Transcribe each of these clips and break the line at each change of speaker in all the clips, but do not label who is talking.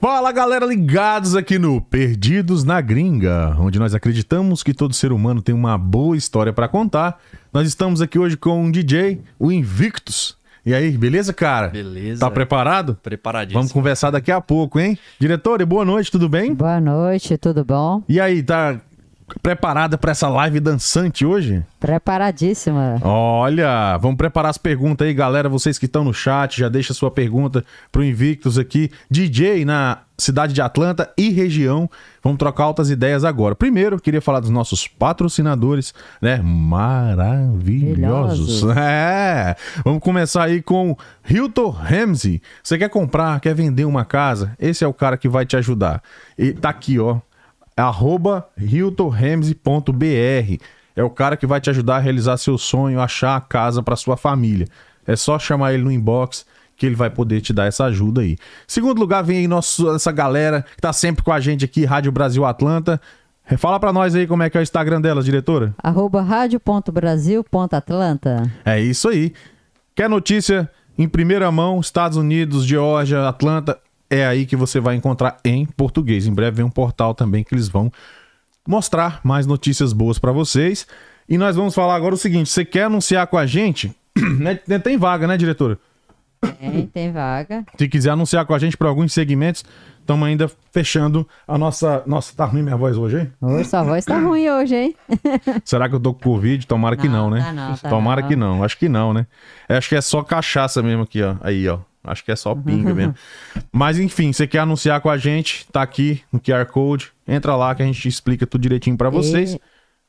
Fala galera, ligados aqui no Perdidos na Gringa, onde nós acreditamos que todo ser humano tem uma boa história pra contar. Nós estamos aqui hoje com um DJ, o Invictus. E aí, beleza, cara?
Beleza.
Tá preparado?
Preparadíssimo.
Vamos conversar daqui a pouco, hein? Diretor, boa noite, tudo bem?
Boa noite, tudo bom?
E aí, tá preparada pra essa live dançante hoje?
Preparadíssima.
Olha, vamos preparar as perguntas aí, galera. Vocês que estão no chat, já deixa sua pergunta pro Invictus aqui, DJ na cidade de Atlanta e região. Vamos trocar altas ideias agora. Primeiro, queria falar dos nossos patrocinadores, né? Maravilhosos.
Maravilhosos.
É. Vamos começar aí com Hilton Ramsey. Você quer comprar, quer vender uma casa? Esse é o cara que vai te ajudar. E tá aqui, ó arroba hiltonramsey.br. É o cara que vai te ajudar a realizar seu sonho, achar a casa para sua família. É só chamar ele no inbox que ele vai poder te dar essa ajuda aí. Segundo lugar, vem aí nosso, essa galera que tá sempre com a gente aqui, Rádio Brasil Atlanta. Fala para nós aí como é que é o Instagram dela, diretora.
Arroba rádio.brasil.atlanta.
É isso aí. Quer notícia em primeira mão, Estados Unidos, Geórgia, Atlanta, é aí que você vai encontrar em português. Em breve vem um portal também que eles vão mostrar mais notícias boas pra vocês. E nós vamos falar agora o seguinte, você quer anunciar com a gente? Né, Tem vaga, né, diretora?
Tem, tem vaga.
Se quiser anunciar com a gente para alguns segmentos, estamos ainda fechando a nossa... Nossa, tá ruim minha voz hoje, hein?
Hoje sua voz tá ruim hoje, hein?
Será que eu tô com Covid? Tomara que não,
Não,
né?
tá não, tá
Tomara
não.
que não. Acho que não, né? É, Acho que é só cachaça mesmo aqui, ó. Aí, ó. Acho que é só pinga mesmo. Mas enfim, você quer anunciar com a gente? Tá aqui no QR Code. Entra lá que a gente explica tudo direitinho pra vocês.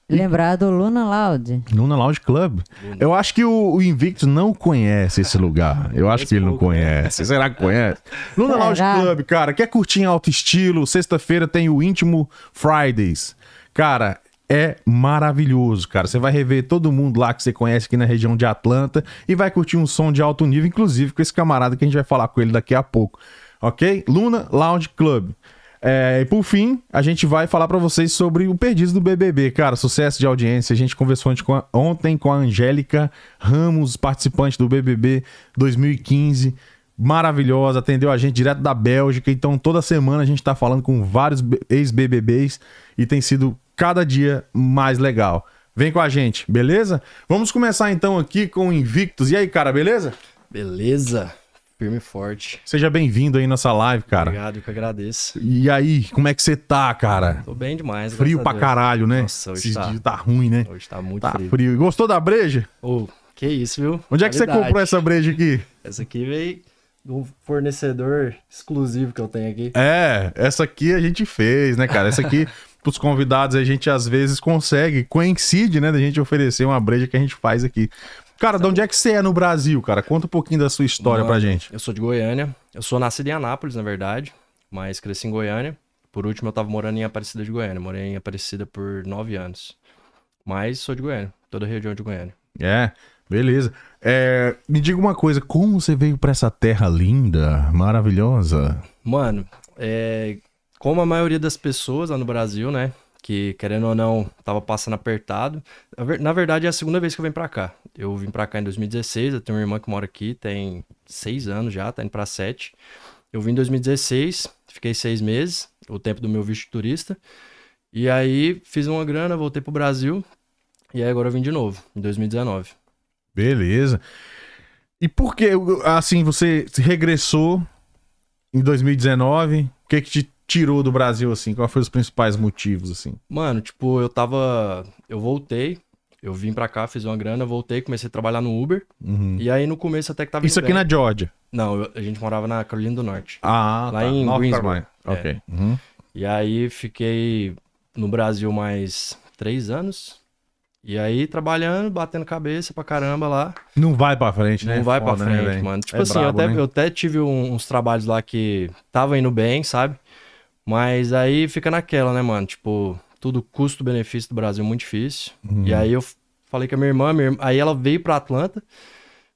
E lembrar do Luna Loud.
Luna Lounge Club. Eu acho que o, o Invictus não conhece esse lugar. Eu acho que ele não
pouco,
conhece. Será que conhece? Luna Lounge
Será?
Club, cara, quer curtir em alto estilo? Sexta-feira tem o Íntimo Fridays. Cara, é maravilhoso, cara. Você vai rever todo mundo lá que você conhece aqui na região de Atlanta e vai curtir um som de alto nível, inclusive com esse camarada que a gente vai falar com ele daqui a pouco. Ok? Luna Lounge Club. É, e por fim, a gente vai falar pra vocês sobre o Perdido do BBB, cara, sucesso de audiência. A gente conversou ontem com a, ontem com a Angélica Ramos, participante do BBB 2015. Maravilhosa, atendeu a gente direto da Bélgica. Então, toda semana a gente tá falando com vários be- ex-BBBs e tem sido cada dia mais legal. Vem com a gente, beleza? Vamos começar então aqui com o Invictus. E aí, cara, beleza?
Beleza. Firme e forte.
Seja bem-vindo aí nessa live, cara.
Obrigado, eu que agradeço.
E aí, como é que você tá, cara?
Tô bem demais.
Frio
graças a
pra
Deus.
caralho, né?
Nossa, hoje
Esses
tá-
dias tá ruim, né?
Hoje tá muito
Tá
frio.
frio. Gostou da breja?
Ô, que isso, viu?
Onde é que você
Qualidade.
comprou essa breja aqui?
Essa aqui veio de um fornecedor exclusivo que eu tenho aqui.
É, essa aqui a gente fez, né, cara? Essa aqui, pros convidados, a gente às vezes consegue, coincide, né, da gente oferecer uma breja que a gente faz aqui. Cara, de onde é que você é no Brasil, cara? Conta um pouquinho da sua história
Mano,
pra gente.
Eu sou de Goiânia. Eu sou nascido em Anápolis, na verdade, mas cresci em Goiânia. Por último, eu tava morando em Aparecida de Goiânia. Morei em Aparecida por nove anos. Mas sou de Goiânia, toda a região de Goiânia.
É, beleza. É, me diga uma coisa, como você veio pra essa terra linda, maravilhosa?
Mano, é, como a maioria das pessoas lá no Brasil, né? Que querendo ou não, tava passando apertado. Na ver- Na verdade, é a segunda vez que eu venho pra cá. Eu vim pra cá em 2016. Eu tenho uma irmã que mora aqui, tem seis anos já, tá indo pra sete. Eu vim em 2016, fiquei seis meses, o tempo do meu visto de turista. E aí fiz uma grana, voltei pro Brasil. E aí agora eu vim de novo, em 2019.
Beleza. E por que, assim, você se regressou em 2019? O que que te tirou do Brasil, assim? Quais foram os principais motivos, assim?
Mano, tipo, eu tava. Eu voltei, eu vim pra cá, fiz uma grana, voltei, comecei a trabalhar no Uber.
Uhum.
E aí no começo até que tava
Isso
indo
aqui
bem.
na Georgia.
Não, eu- a gente morava na Carolina do Norte.
Ah,
Lá em
North
Greensboro.
Carolina.
É.
Ok. Uhum.
E aí fiquei no Brasil mais três anos. E aí trabalhando, batendo cabeça pra caramba lá.
Não vai pra frente, né?
Não vai pra
Foda, né,
frente,
velho?
mano. Tipo
É
assim, eu,
brabo,
até,
né?
eu até tive um- uns trabalhos lá que tava indo bem, sabe? Mas aí fica naquela, né, mano? Tipo, tudo custo-benefício do Brasil muito difícil.
Uhum.
E aí eu f- falei com a minha irmã, minha irmã- aí ela veio pra Atlanta.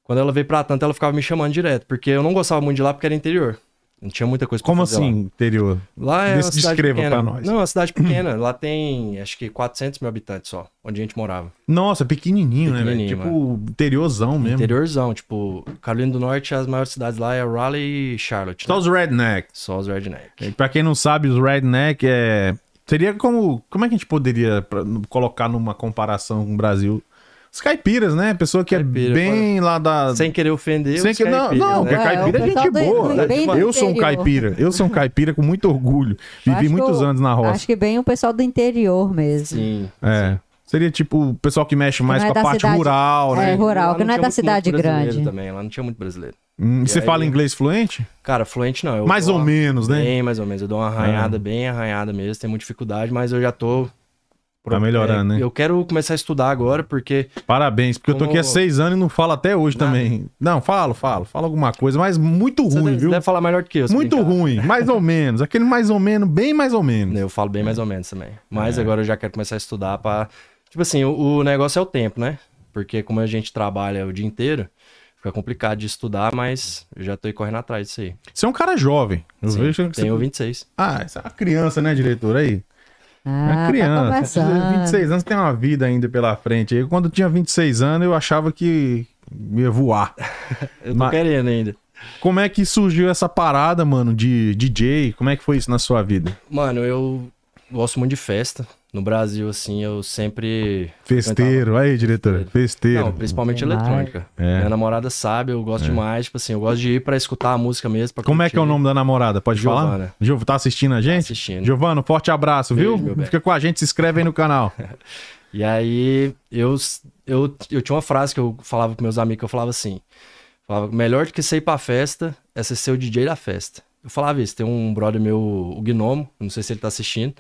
Quando ela veio pra Atlanta, ela ficava me chamando direto, porque eu não gostava muito de lá porque era interior. Não tinha muita coisa pra
Como
fazer
assim,
lá.
interior?
Lá é uma
Des-
cidade
descreva
pequena.
pra nós.
Não, é uma cidade pequena. Lá tem, acho que 400 mil habitantes só, onde a gente morava.
Nossa, pequenininho, né, velho?
Pequenininho,
Tipo, interiorzão mesmo.
Interiorzão, tipo, Carolina do Norte, as maiores cidades lá é Raleigh e Charlotte. né?
Só os redneck.
Só os redneck.
Pra quem não sabe, os redneck é... Seria como... Como é que a gente poderia pra- colocar numa comparação com o Brasil? Os caipiras, né? Pessoa que é
Caipira,
bem lá da...
Sem querer ofender
Sem
os
que... Não,
caipiras,
não,
né?
porque
É,
caipira
o
é gente
pessoal do-
boa.
do- né? bem do
eu sou um
interior.
caipira. Eu sou um caipira com muito orgulho.
Acho
Vivi
que
muitos
eu-
anos na roça.
Acho que bem o pessoal do interior mesmo.
Sim.
É. Seria tipo o pessoal que mexe mais
não é
com a
da
parte
cidade.
rural, né?
É, rural,
Lá
que não
tinha
é da
muito
cidade
brasileiro
grande.
Também, lá não tinha muito brasileiro.
Hum, você
aí-
fala inglês fluente?
Cara, fluente não. eu
mais
dou
ou
uma-
menos, né?
Bem, mais ou menos. Eu dou uma arranhada, bem arranhada mesmo. Tem muita dificuldade, mas eu já tô.
Tá melhorando,
é,
né?
Eu quero começar a estudar agora, porque
Parabéns, porque eu tô
Como-
aqui há seis anos e não falo até hoje
Nada.
também. Não, falo, falo, falo alguma coisa, mas muito
você
ruim,
deve,
viu?
deve falar melhor do que eu. se
Muito
brincar.
ruim, mais ou menos. Aquele mais ou menos, bem mais ou menos.
Né, Eu falo bem
É.
mais ou menos também. Mas agora eu já quero começar a estudar pra. Tipo assim, o, o negócio é o tempo, né? Porque como a gente trabalha o dia inteiro, fica complicado de estudar, mas eu já tô aí correndo atrás disso aí.
Você é um cara jovem. Eu
Sim,
vejo que você...
tenho 26.
Ah, você é uma criança, né, diretor? Aí.
Ah,
é
Tá
criança. É
conversando.
26 anos tem uma vida ainda pela frente. Eu, quando eu tinha 26 anos, eu achava que ia voar.
Eu tô
Mas-
querendo ainda.
Como é que surgiu essa parada, mano, de DJ? Como é que foi isso na sua vida?
Mano, eu gosto muito de festa. No Brasil, assim, eu sempre. Então,
Festeiro, aí, diretor. Festeiro.
tá Não, principalmente
Demais.
eletrônica.
É.
Minha namorada sabe, eu gosto demais. Tipo assim, eu gosto de ir pra escutar a música mesmo. pra
Como é que é o
curtir. né?
nome da namorada? Pode falar?
Giovana.
Giov, tá assistindo a gente?
assistindo.
Giovana, um forte abraço,
Beijo,
viu?
meu bem.
Fica com a gente, se inscreve aí no canal.
E aí, eu, eu, eu tinha uma frase que eu falava pros meus amigos, que eu falava assim, falava, melhor do que ser ir pra festa, é você ser o DJ da festa. Eu falava isso, tem um brother meu, o Gnomo, não sei se ele tá assistindo,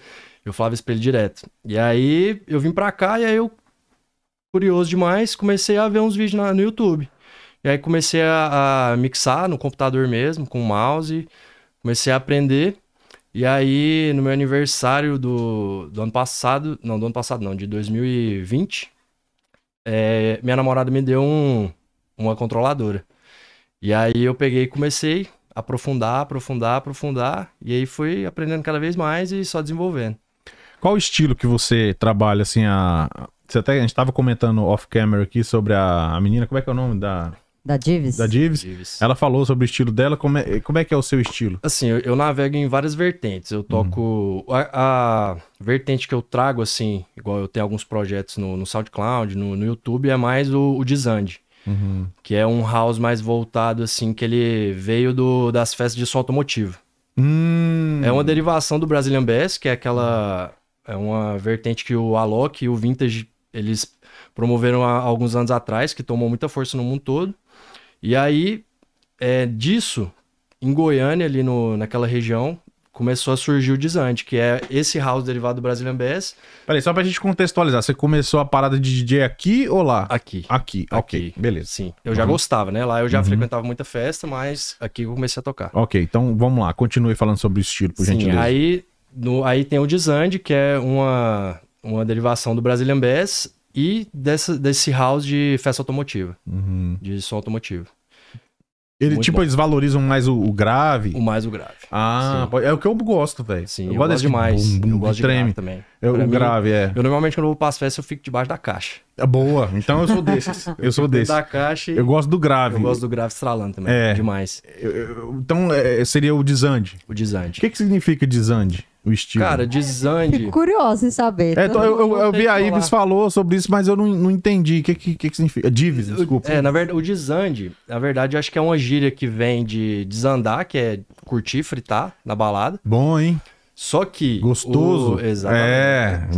eu falava isso pra ele direto. E aí, eu vim pra cá e aí eu, curioso demais, comecei a ver uns vídeos na- no YouTube. E aí comecei a, a mixar no computador mesmo, com o mouse, comecei a aprender... E aí, no meu aniversário do, do ano passado, não, do ano passado não, de 2020, é, minha namorada me deu um, uma controladora. E aí eu peguei e comecei a aprofundar, aprofundar, aprofundar, e aí fui aprendendo cada vez mais e só desenvolvendo.
Qual o estilo que você trabalha, assim, a... Você até, a gente tava comentando off-camera aqui sobre a, a menina, como é que é o nome da,
Da Divis?
da Divis?
Divis.
Ela falou sobre o estilo dela, como é, como é que é o seu estilo?
Assim, eu, eu navego em várias vertentes. Eu toco. A, a vertente que eu trago, assim, igual eu tenho alguns projetos no, no SoundCloud, no, no YouTube, é mais o, o desande. Que é um house mais voltado, assim, que ele veio do, das festas de som automotivo.
Hum,
É uma derivação do Brazilian Bass, que é aquela. É uma vertente que o Alok e o Vintage eles promoveram há alguns anos atrás, que tomou muita força no mundo todo. E aí, é, disso, em Goiânia, ali no, naquela região, começou a surgir o Desante, que é esse house derivado do Brazilian Bass
Peraí, só pra gente contextualizar, você começou a parada de DJ aqui ou lá?
aqui.
Aqui, ok,
Aqui.
beleza.
Sim, eu já
Uhum.
gostava, né? Lá eu já
Uhum.
frequentava muita festa, mas aqui eu comecei a tocar.
Ok, então vamos lá, continue falando sobre o estilo, por
Sim,
gentileza.
aí, no, aí tem o Desande, que é uma, uma derivação do Brazilian Bass e dessa, desse house de festa automotiva,
Uhum.
de som automotivo.
Ele,
Muito
tipo,
bom.
eles valorizam mais o, o grave.
O mais o grave.
Ah,
Sim.
pode- é o que eu gosto, velho.
Sim, eu, gosto
desse
demais.
bum, bum,
eu
que
gosto de
treme.
grave também.
Eu-
Pra
o
mim,
grave, é.
Eu normalmente quando eu vou pras festas eu fico debaixo da caixa.
É boa. Então eu sou desses. eu sou
Dentro
desses.
da caixa e
Eu
eu,
gosto do grave.
gosto do grave estralando também.
É.
Demais.
Eu- eu- então é, seria o desande.
O
O
Desande.
que, que significa desande? O estilo.
Cara, Desande...
Fico curioso em saber.
É, tô- eu, eu- eu vi a
Tem que
Ives falou sobre isso, mas eu não, não entendi. O que, que, que, que significa? Divis, desculpa.
É, na verdade, o desande, na verdade, eu acho que é uma gíria que vem de desandar, que é curtir, fritar na balada.
Bom, hein?
Só que.
Gostoso.
o- Exatamente.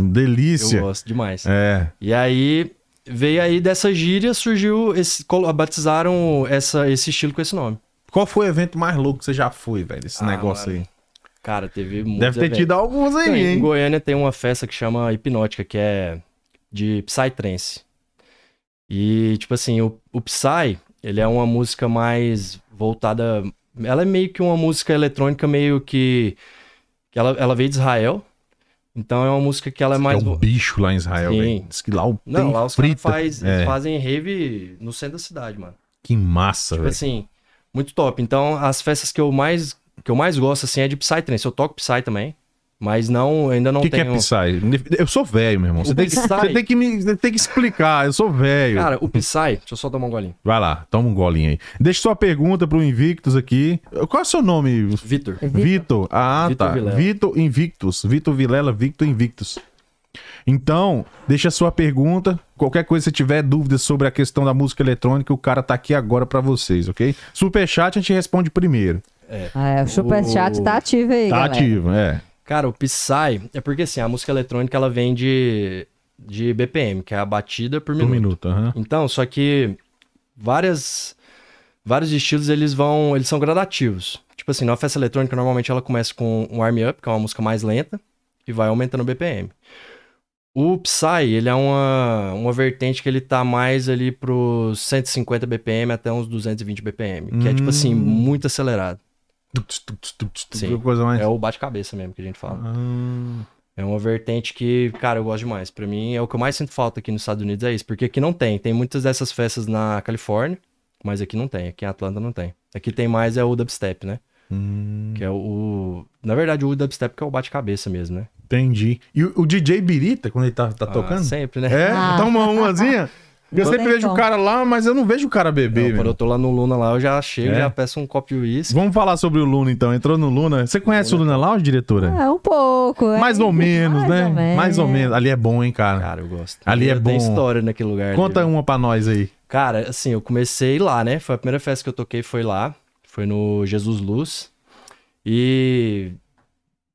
É, delícia.
Eu gosto demais.
É.
E aí, veio aí dessa gíria, surgiu. Esse, colo- batizaram essa, esse estilo com esse nome.
Qual foi o evento mais louco que você já foi, velho? Esse
Ah,
negócio aí.
Cara, teve muito.
Deve ter tido alguns aí,
Em
hein?
Goiânia tem uma festa que chama Hipnótica, que é de Psytrance. E, tipo assim, o, o Psy, ele é uma música mais voltada. Ela é meio que uma música eletrônica, meio que. que ela, ela veio de Israel. Então é uma música que ela é
é
mais.
um
vo-
bicho lá em Israel,
Sim.
velho. Diz que lá o
Não,
tem
lá os caras
frita.
faz,
É,
eles fazem rave no centro da cidade, mano.
Que massa,
Tipo
velho.
assim, muito top. Então, as festas que eu mais O que eu mais gosto, assim, é de Psytrance. Eu toco Psy também, mas não, ainda não
O que, que é
tenho...
Psy? Eu sou velho, meu irmão. Você
O
tem, que,
Psy-
você tem que me você tem que explicar. Eu sou velho.
Cara, o Psy... Deixa eu só tomar um golinho.
Vai lá, toma um golinho aí. Deixa sua pergunta pro Invictus aqui. Qual é o seu nome?
Vitor.
Vitor. Ah,
Vitor
tá.
Vilela.
Vitor Invictus. Vitor Vilela, Victor Invictus. Então, deixa a sua pergunta. Qualquer coisa, se tiver dúvidas sobre a questão da música eletrônica, o cara tá aqui agora pra vocês, ok? Superchat a gente responde primeiro.
É, o Superchat
O-
tá ativo aí,
tá
galera.
ativo, é.
Cara, o Psy... É porque, assim, a música eletrônica, ela vem de, de BPM, que é a batida por
Um
minuto.
minuto, aham.
Então, só que várias vários estilos eles vão, eles são gradativos. Tipo assim, na festa eletrônica normalmente ela começa com um warm up, que é uma música mais lenta e vai aumentando o BPM. O Psy, ele é uma, uma vertente que ele tá mais ali pros 150 BPM até uns 220 BPM, que é tipo assim,
Hum.
muito acelerado.
Tuts, tuts, tuts, tuts,
Sim.
Coisa mais...
É o bate-cabeça mesmo que a gente fala.
Ah,
É uma vertente que, cara, eu gosto demais. Pra mim, é o que eu mais sinto falta aqui nos Estados Unidos, é isso. Porque aqui não tem. Tem muitas dessas festas na Califórnia, mas aqui não tem. Aqui em Atlanta não tem. Aqui tem mais é o dubstep, né?
hum,
Que é o... Na verdade, o dubstep que é o bate-cabeça mesmo, né?
entendi. E o, o DJ Birita, quando ele tá, tá
Ah,
tocando?
Sempre, né?
É?
Ah. então.
Toma umazinha? Eu
Não
sempre
tem
vejo o
como.
cara lá, mas eu não vejo o cara
Eu,
beber.
quando eu
meu.
tô lá no Luna lá, eu já chego,
É?
já peço um copo de uísque.
Vamos falar sobre o Luna, então. Entrou no Luna. Você conhece o Luna Lounge, diretora?
É, um pouco. é.
Mais ou menos,
Mais
né?
ou menos.
Mais ou menos. Ali é bom, hein, cara?
Cara, é- eu gosto.
Ali é
Tem
bom.
história naquele lugar.
Conta
ali,
uma pra nós aí.
Cara, assim, eu comecei lá, né? Foi a primeira festa que eu toquei, foi lá. Foi no Jesus Luz. E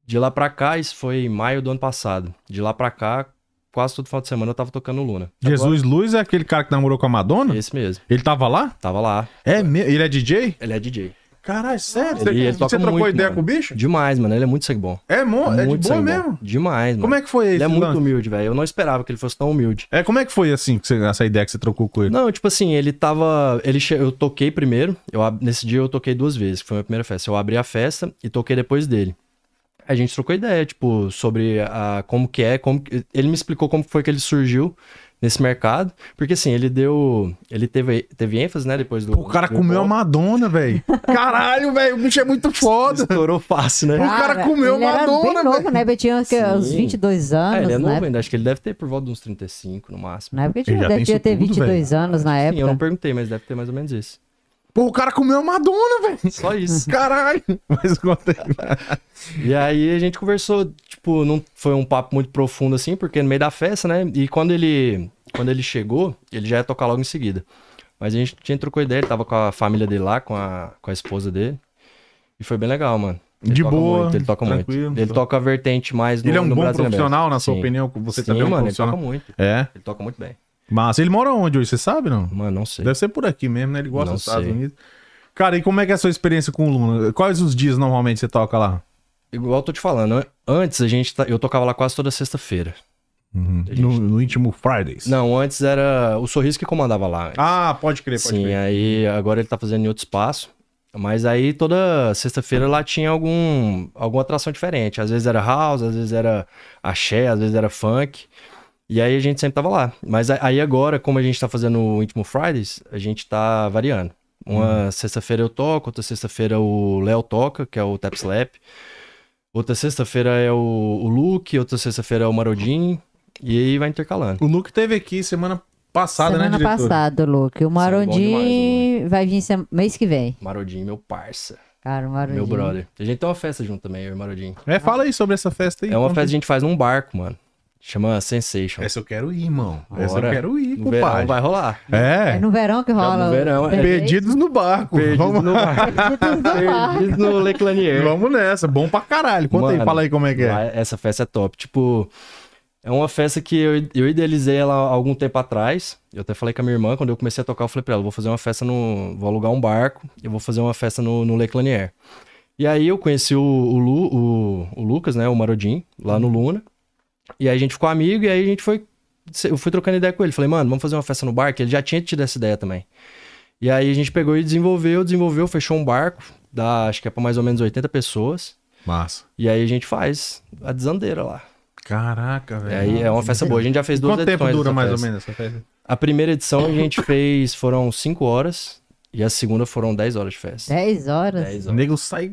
de lá pra cá, isso foi em maio do ano passado. De lá pra cá, quase todo final de semana eu tava tocando Luna.
Jesus Luz é aquele cara que namorou com a Madonna?
Esse mesmo.
Ele tava lá?
Tava lá.
É mesmo? Ele é DJ?
Ele é DJ.
Caralho, sério?
Ele-
Você-
ele
você
toca
trocou
muito,
ideia
mano.
com o bicho?
Demais, mano. Ele é muito sangue bom.
É, mo... é de
muito
boa
sangue
mesmo?
Bom. Demais, mano.
Como é que foi
Ele
esse
é muito
lance?
humilde, velho. Eu não esperava que ele fosse tão humilde.
É, como é que foi, assim, que você- essa ideia que você trocou com ele?
Não, tipo assim, ele tava. Ele che... Eu toquei primeiro. Eu ab- Nesse dia eu toquei duas vezes, que foi a minha primeira festa. Eu abri a festa e toquei depois dele. A gente trocou ideia, tipo, sobre a... como que é. Como... que- Ele me explicou como foi que ele surgiu nesse mercado. Porque assim, ele deu. Ele teve, teve ênfase, né? Depois do.
Pô, o cara
do
comeu a
golpe.
Madonna, velho. Caralho, velho, o bicho é muito foda.
Estourou fácil, né?
O cara comeu
ele era
Madonna,
bem novo,
velho.
né? Eu tinha o quê? uns
Sim.
22
É,
anos,
ele é novo
né?
ainda. Acho que ele deve ter por volta de uns 35 no máximo.
Na época eu
Ele já tem
tinha, deve
isso
ter
tudo,
22 anos na
Sim, é um eu não
época.
perguntei, mas deve ter mais ou menos isso.
Pô, o cara comeu a Madonna, velho.
Só isso.
Caralho. Mas conta aí.
E aí a gente conversou, tipo, não foi um papo muito profundo assim, porque no meio da festa, né? E quando ele, quando ele chegou, ele já ia tocar logo em seguida. Mas a gente tinha trocou ideia, ele tava com a família dele lá, com a, com a esposa dele. E foi bem legal, mano. Ele
De
toca
boa,
muito, ele toca
tranquilo. então.
muito. Ele toca a vertente mais no
Ele é um
no
bom
brasileiro.
profissional, na sua
Sim.
opinião? Você
Sim,
também é um
mano, ele toca
profissional?
muito.
É.
Ele toca muito bem.
Mas ele mora onde hoje? Você sabe, não?
Mano, não sei.
Deve ser por aqui mesmo, né? Ele gosta
Não
dos Estados
sei.
Unidos. Cara, e como é que é a sua experiência com o Luna? Quais os dias normalmente você toca lá?
Igual eu tô te falando, an- antes a gente. ta- Eu tocava lá quase toda sexta-feira.
No, no íntimo Fridays.
Uhum. Não, antes era o sorriso que comandava lá.
Ah, pode crer, pode
Sim,
crer.
aí agora ele tá fazendo em outro espaço. Mas aí toda sexta-feira lá tinha algum, alguma atração diferente. Às vezes era house, às vezes era axé, às vezes era funk. E aí a gente sempre tava lá. Mas a- aí agora, como a gente tá fazendo o Intimo Fridays, a gente tá variando. Uma
Uhum.
sexta-feira eu toco, outra sexta-feira o Léo toca, que é o Tap Slap. Outra sexta-feira é o, o Luke, outra sexta-feira é o Marodin. E aí vai intercalando.
O Luke teve aqui semana passada, né,
Semana
diretor?
passada, Luke. O
é bom demais,
Marondim vai vir sem- mês que vem.
Marodin, meu parça.
Cara, o Marondim.
Meu brother. A gente tem uma festa junto também, eu e o Marodinho.
É, fala aí sobre essa festa aí.
É uma
Como
festa que
que-
a gente faz num barco, mano. Chama Sensation.
Essa eu quero ir, irmão. Essa eu
Então, Bora.
quero ir,
no verão
compadre.
vai rolar.
É
É.
no verão que rola.
no
o
verão, é.
bebê.
Perdidos no barco.
Perdido
Vamos,
no barco.
Perdidos do mar.
Perdido no Lake Lanier.
vamos nessa. Bom pra caralho. Conta aí,
Mano,
fala aí como é que é.
lá, Essa festa é top. Tipo, é uma festa que eu, eu idealizei ela há algum tempo atrás. Eu até falei com a minha irmã, quando eu comecei a tocar, eu falei pra ela, vou fazer uma festa no... Vou alugar um barco, eu vou fazer uma festa no, no Lake Lanier. E aí eu conheci o, o, Lu- o- o Lucas, né, o Marodim, lá no Luna. E aí a gente ficou amigo e aí a gente foi... Eu fui trocando ideia com ele. Falei, mano, vamos fazer uma festa no barco? Ele já tinha tido essa ideia também. E aí a gente pegou e desenvolveu, desenvolveu, fechou um barco, dá, acho que é pra mais ou menos 80 pessoas.
Massa.
E aí a gente faz a desandeira lá.
Caraca, velho.
E aí é uma festa boa. A gente já fez duas
Quanto tempo
edições
dura
dessa
mais ou
festa.
menos essa festa?
A primeira edição a gente fez foram 5 horas e a segunda foram 10 horas de festa.
10 horas.
O
10 horas. Tá
nego sai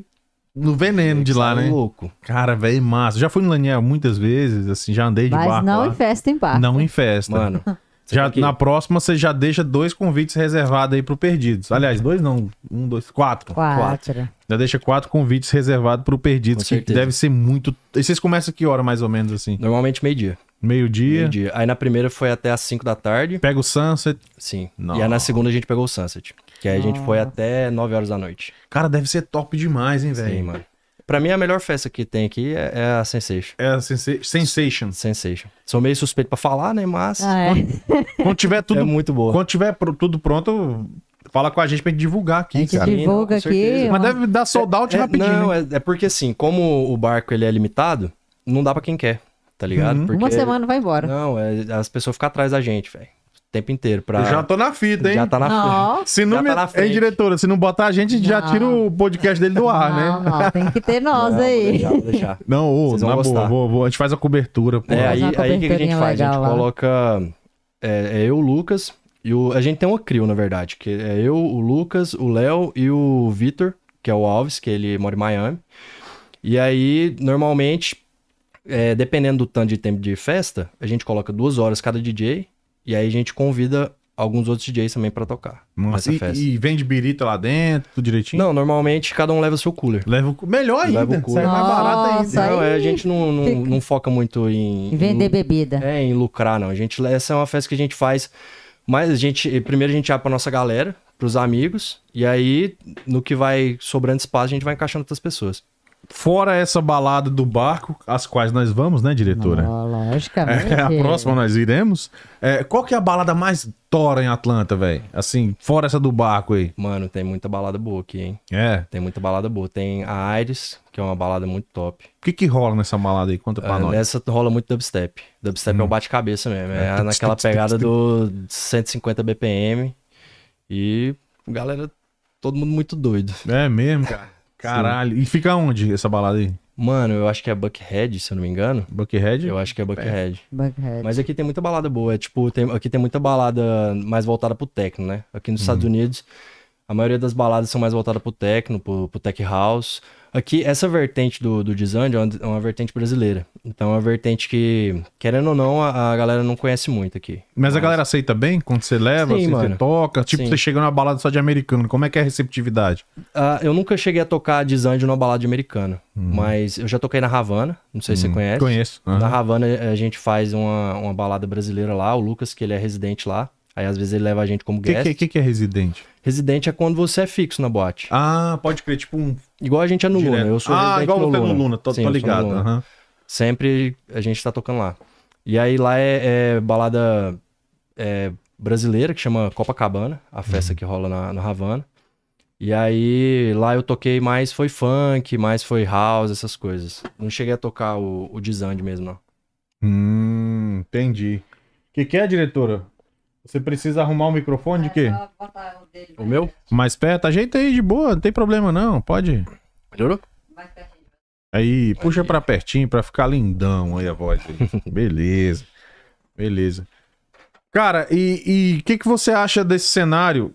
no veneno de lá, né?
Louco.
Cara, velho, massa. Já fui no Laniel muitas vezes, assim, já andei de
Mas
barco
não
lá.
em festa em barco.
Não em festa.
Mano. você
já,
tem que-
Na próxima, você já deixa dois convites reservados aí pro Perdidos. Aliás, dois não. Um, dois, quatro.
Quatro.
Já deixa quatro convites reservados pro Perdidos,
Com
que
certeza.
deve ser muito... E vocês começam que hora, mais ou menos, assim?
Normalmente meio-dia.
Meio-dia,
Meio-dia. Aí na primeira foi até as 5 da tarde.
pega o sunset.
Sim.
Nossa.
E aí na segunda a gente pegou o Sunset. Que aí a gente foi até 9 horas da noite.
Cara, deve ser top demais, hein,
Sim,
velho?
mano. Pra mim, a melhor festa que tem aqui é, é a Sensation.
É a sensa- sensation.
Sensation. Sou meio suspeito pra falar, né? Mas
Ah, é.
Quando tiver tudo,
é muito boa.
quando tiver pro- tudo pronto, fala com a gente pra gente divulgar
A
aqui,
gente
cara.
Sim,
divulga
não, com
aqui.
certeza.
Mas deve dar sold out
é,
rapidinho.
Não,
né?
é, é porque assim, como o barco ele é limitado, não dá pra quem quer, tá ligado?
Uhum.
Porque-
Uma semana vai embora.
Não, é- as pessoas ficam atrás da gente, velho. O tempo inteiro. Pra...
Eu já tô na fita, hein?
Já tá na
Não.
Se não
Já
me...
tá na
Hein,
frente.
diretora, se não botar a gente, já
Não.
tira o podcast dele do ar,
não,
né?
não, tem que ter nós
Não,
aí.
Vou deixar, vou deixar.
Não, ô,
Vocês vão
na boa,
gostar.
vou, vou. a gente faz a cobertura, pô.
É, aí,
Fazer uma
aí o que que a gente
coberturinha
faz? A gente
legal lá.
coloca. É, é eu, o Lucas, e o. A gente tem uma crio, na verdade. Que é eu, o Lucas, o Léo e o Vitor, que é o Alves, que ele mora em Miami. E aí, normalmente, é, dependendo do tanto de tempo de festa, a gente coloca duas horas cada DJ. E aí a gente convida alguns outros DJs também pra tocar
Nossa,
nessa
e,
festa.
e vende birita lá dentro, tudo direitinho?
Não, normalmente cada um leva seu cooler.
Leva o... cu- Melhor ainda,
Leva o cu.
sai mais barato ainda.
Nossa,
Não,
aí
é, a gente não, não,
fica-
não foca muito em,
E Vender
em-
bebida.
É, em lucrar, não. A gente, essa é uma festa que a gente faz. Mas a gente, primeiro a gente abre pra nossa galera, pros amigos, e aí, no que vai sobrando espaço, a gente vai encaixando outras pessoas.
Fora essa balada do barco, as quais nós vamos, né, diretora?
Não, Ah, logicamente.
É, a próxima nós iremos. É, qual que é a balada mais tora em Atlanta, velho? Assim, fora essa do barco aí.
Mano, tem muita balada boa aqui, hein?
É.
Tem muita balada boa. Tem a Aires, que é uma balada muito top.
O que que rola nessa balada aí? Conta pra
Ah,
nós.
nessa rola muito dubstep. Dubstep é um bate-cabeça mesmo. É,
É, tuts,
naquela
tuts, tuts,
pegada do 150 BPM. E galera, todo mundo muito doido.
É mesmo, cara. Caralho. E fica onde essa balada aí?
Mano, eu acho que é Buckhead, se eu não me engano.
Buckhead?
Eu acho que é Buckhead.
Buckhead.
Mas aqui tem muita balada boa. É tipo, tem- aqui tem muita balada mais voltada pro techno, né? Aqui nos
Uhum.
Estados Unidos, a maioria das baladas são mais voltadas pro techno, pro, pro tech house. Aqui, essa vertente do, do design é uma, é uma vertente brasileira. Então é uma vertente que, querendo ou não, a, a galera não conhece muito aqui. Ah,
Mas a galera aceita bem quando você leva,
Sim,
assim, você
mano.
toca? Tipo,
Sim.
você chega numa balada só de americano, como é que é a receptividade?
Ah, eu nunca cheguei a tocar design numa balada americana. Mas eu já toquei na Havana, não sei se você conhece.
Uhum. Conheço. né? aham.
Na Havana eh, a gente faz uma, uma balada brasileira lá, o Lucas, que ele é residente lá. Aí às vezes ele leva a gente como
O que,
guest.
que, que, que é residente?
Residente é quando você é fixo na boate.
Ah, pode crer, tipo um.
Igual a gente é no Luna.
direto.
Eu sou
ah,
residente
igual
no
você
Luna.
no Luna, tô,
Sim,
tô
eu sou no
ligado.
Luna.
aham.
Sempre a gente tá tocando lá. E aí lá é, é balada é, brasileira, que chama Copacabana,
Uhum.
a festa que rola na, na Havana. E aí lá eu toquei mais foi funk, mais foi house, essas coisas. Não cheguei a tocar o, o Dizande mesmo, não.
Hum, entendi. O que, que é, diretora? Você precisa arrumar o microfone de quê?
O meu?
Mais perto? Ajeita aí de boa, não tem problema não, pode.
Melhorou?
Aí, puxa pra pertinho pra ficar lindão aí a voz. aí. Beleza. Beleza. Cara, e o que, que você acha desse cenário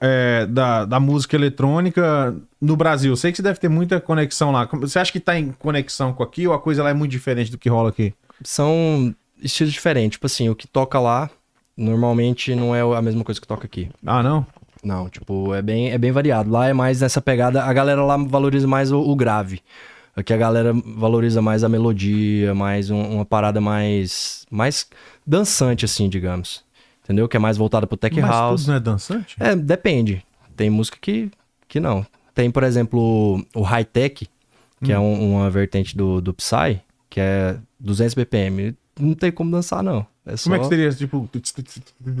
é, da, da música eletrônica no Brasil? Eu sei que você deve ter muita conexão lá. Como- Você acha que tá em conexão com aqui ou a coisa lá é muito diferente do que rola aqui?
São estilos diferentes. Tipo assim, o que toca lá normalmente não é a mesma coisa que toca aqui.
Ah, não?
Não, tipo, é bem, é bem variado. Lá é mais nessa pegada. A galera lá valoriza mais o, o grave. Aqui a galera valoriza mais a melodia, mais um- uma parada mais, mais dançante, assim, digamos. Entendeu? Que é mais voltada pro tech
Mas
house.
tudo não é dançante?
É, depende. Tem música que, que não. Tem, por exemplo, o high tech, que
Hum.
é um- uma vertente do, do Psy, que é 200 BPM. Não tem como dançar, não. É só...
Como é que seria, tipo...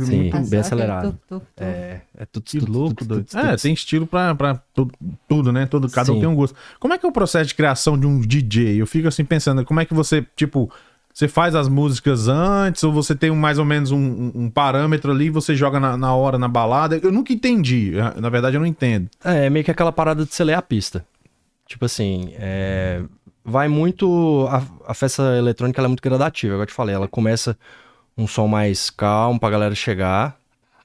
Sim, bem
Tá só aquele
acelerado.
tuk, tuk, tuk.
É, é tudo,
Que
tudo
louco,
louco,
doido. É, tem estilo pra, pra tu- tudo, né? Todo, cada um
Sim.
tem um gosto. Como é que é o processo de criação de um DJ? Eu fico assim pensando, como é que você, tipo, você faz as músicas antes, ou você tem um- mais ou menos um, um- um parâmetro ali, e você joga na, na hora, na balada? Eu nunca entendi. Ah, Na verdade, eu não entendo.
É, é meio que aquela parada de você ler a pista. Tipo assim, é, vai muito. A, a festa eletrônica ela é muito gradativa, igual eu te falei. Ela começa um som mais calmo pra galera chegar,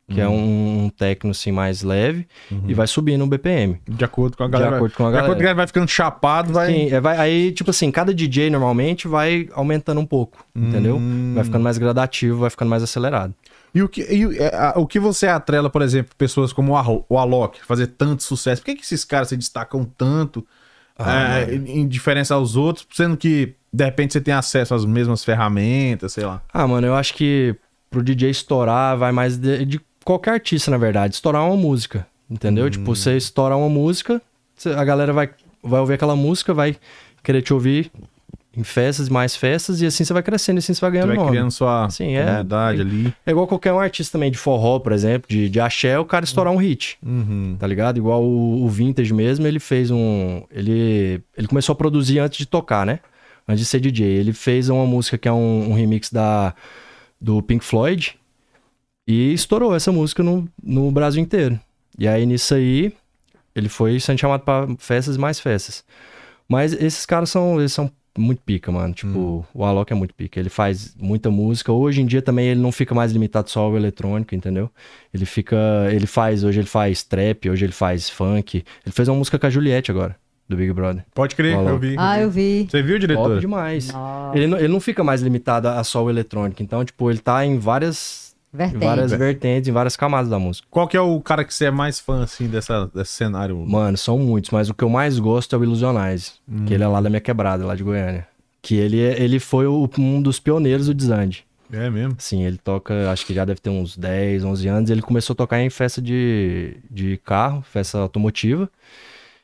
que é um, um techno assim mais leve, e vai subindo o BPM.
De acordo com a galera.
acordo com a galera.
que vai ficando chapado, vai.
Sim, é, vai, aí, tipo assim, cada DJ normalmente vai aumentando um pouco, entendeu? Vai ficando mais gradativo, vai ficando mais acelerado.
E o que, e o- é, a- o que você atrela, por exemplo, pessoas como o, Arro- o Alok, fazer tanto sucesso? Por que, que esses caras se destacam tanto
Ah,
é, em em diferença aos outros, sendo que, de repente, você tem acesso às mesmas ferramentas, sei lá?
Ah, mano, eu acho que pro DJ estourar vai mais de, de qualquer artista, na verdade. Estourar uma música, entendeu?
Hum.
Tipo, você estourar uma música, cê- a galera vai, vai ouvir aquela música, vai querer te ouvir em festas, e mais festas, e assim você vai crescendo, e assim você vai
Você
ganhando
vai
nome.
criando sua
Sim, é.
comunidade ali.
É igual qualquer um artista também de forró, por exemplo, de, de axé, o cara estourar um hit. Tá ligado? Igual o, o Vintage mesmo, ele fez um. Ele, ele começou a produzir antes de tocar, né? Antes de ser DJ. Ele fez uma música que é um, um remix da, do Pink Floyd e estourou essa música no, no Brasil inteiro. E aí nisso aí, ele foi sendo chamado pra festas e mais festas. Mas esses caras são, eles são muito pica, mano. Tipo, o Alok é muito pica. Ele faz muita música. Hoje em dia também ele não fica mais limitado só ao eletrônico, entendeu? Ele fica. Ele faz, hoje ele faz trap, hoje ele faz funk. Ele fez uma música com a Juliette agora, do Big Brother.
Pode crer,
O Alok.
eu vi.
Ah, eu vi.
Você viu,
Top
diretor?
demais.
Nossa,
Ele não, ele não fica mais limitado a só o eletrônico. Então, tipo, ele tá em várias, em
vertente.
várias vertentes, em várias camadas da música.
Qual que é o cara que você é mais fã, assim, dessa, desse cenário?
Mano, são muitos, mas o que eu mais gosto é o Ilusionais, que ele é lá da minha quebrada, lá de Goiânia. Que ele, é- ele foi o- um dos pioneiros do desande.
É mesmo?
Sim, Assim, ele toca, acho que já deve ter uns 10, 11 anos. Ele começou a tocar em festa de, de carro, festa automotiva.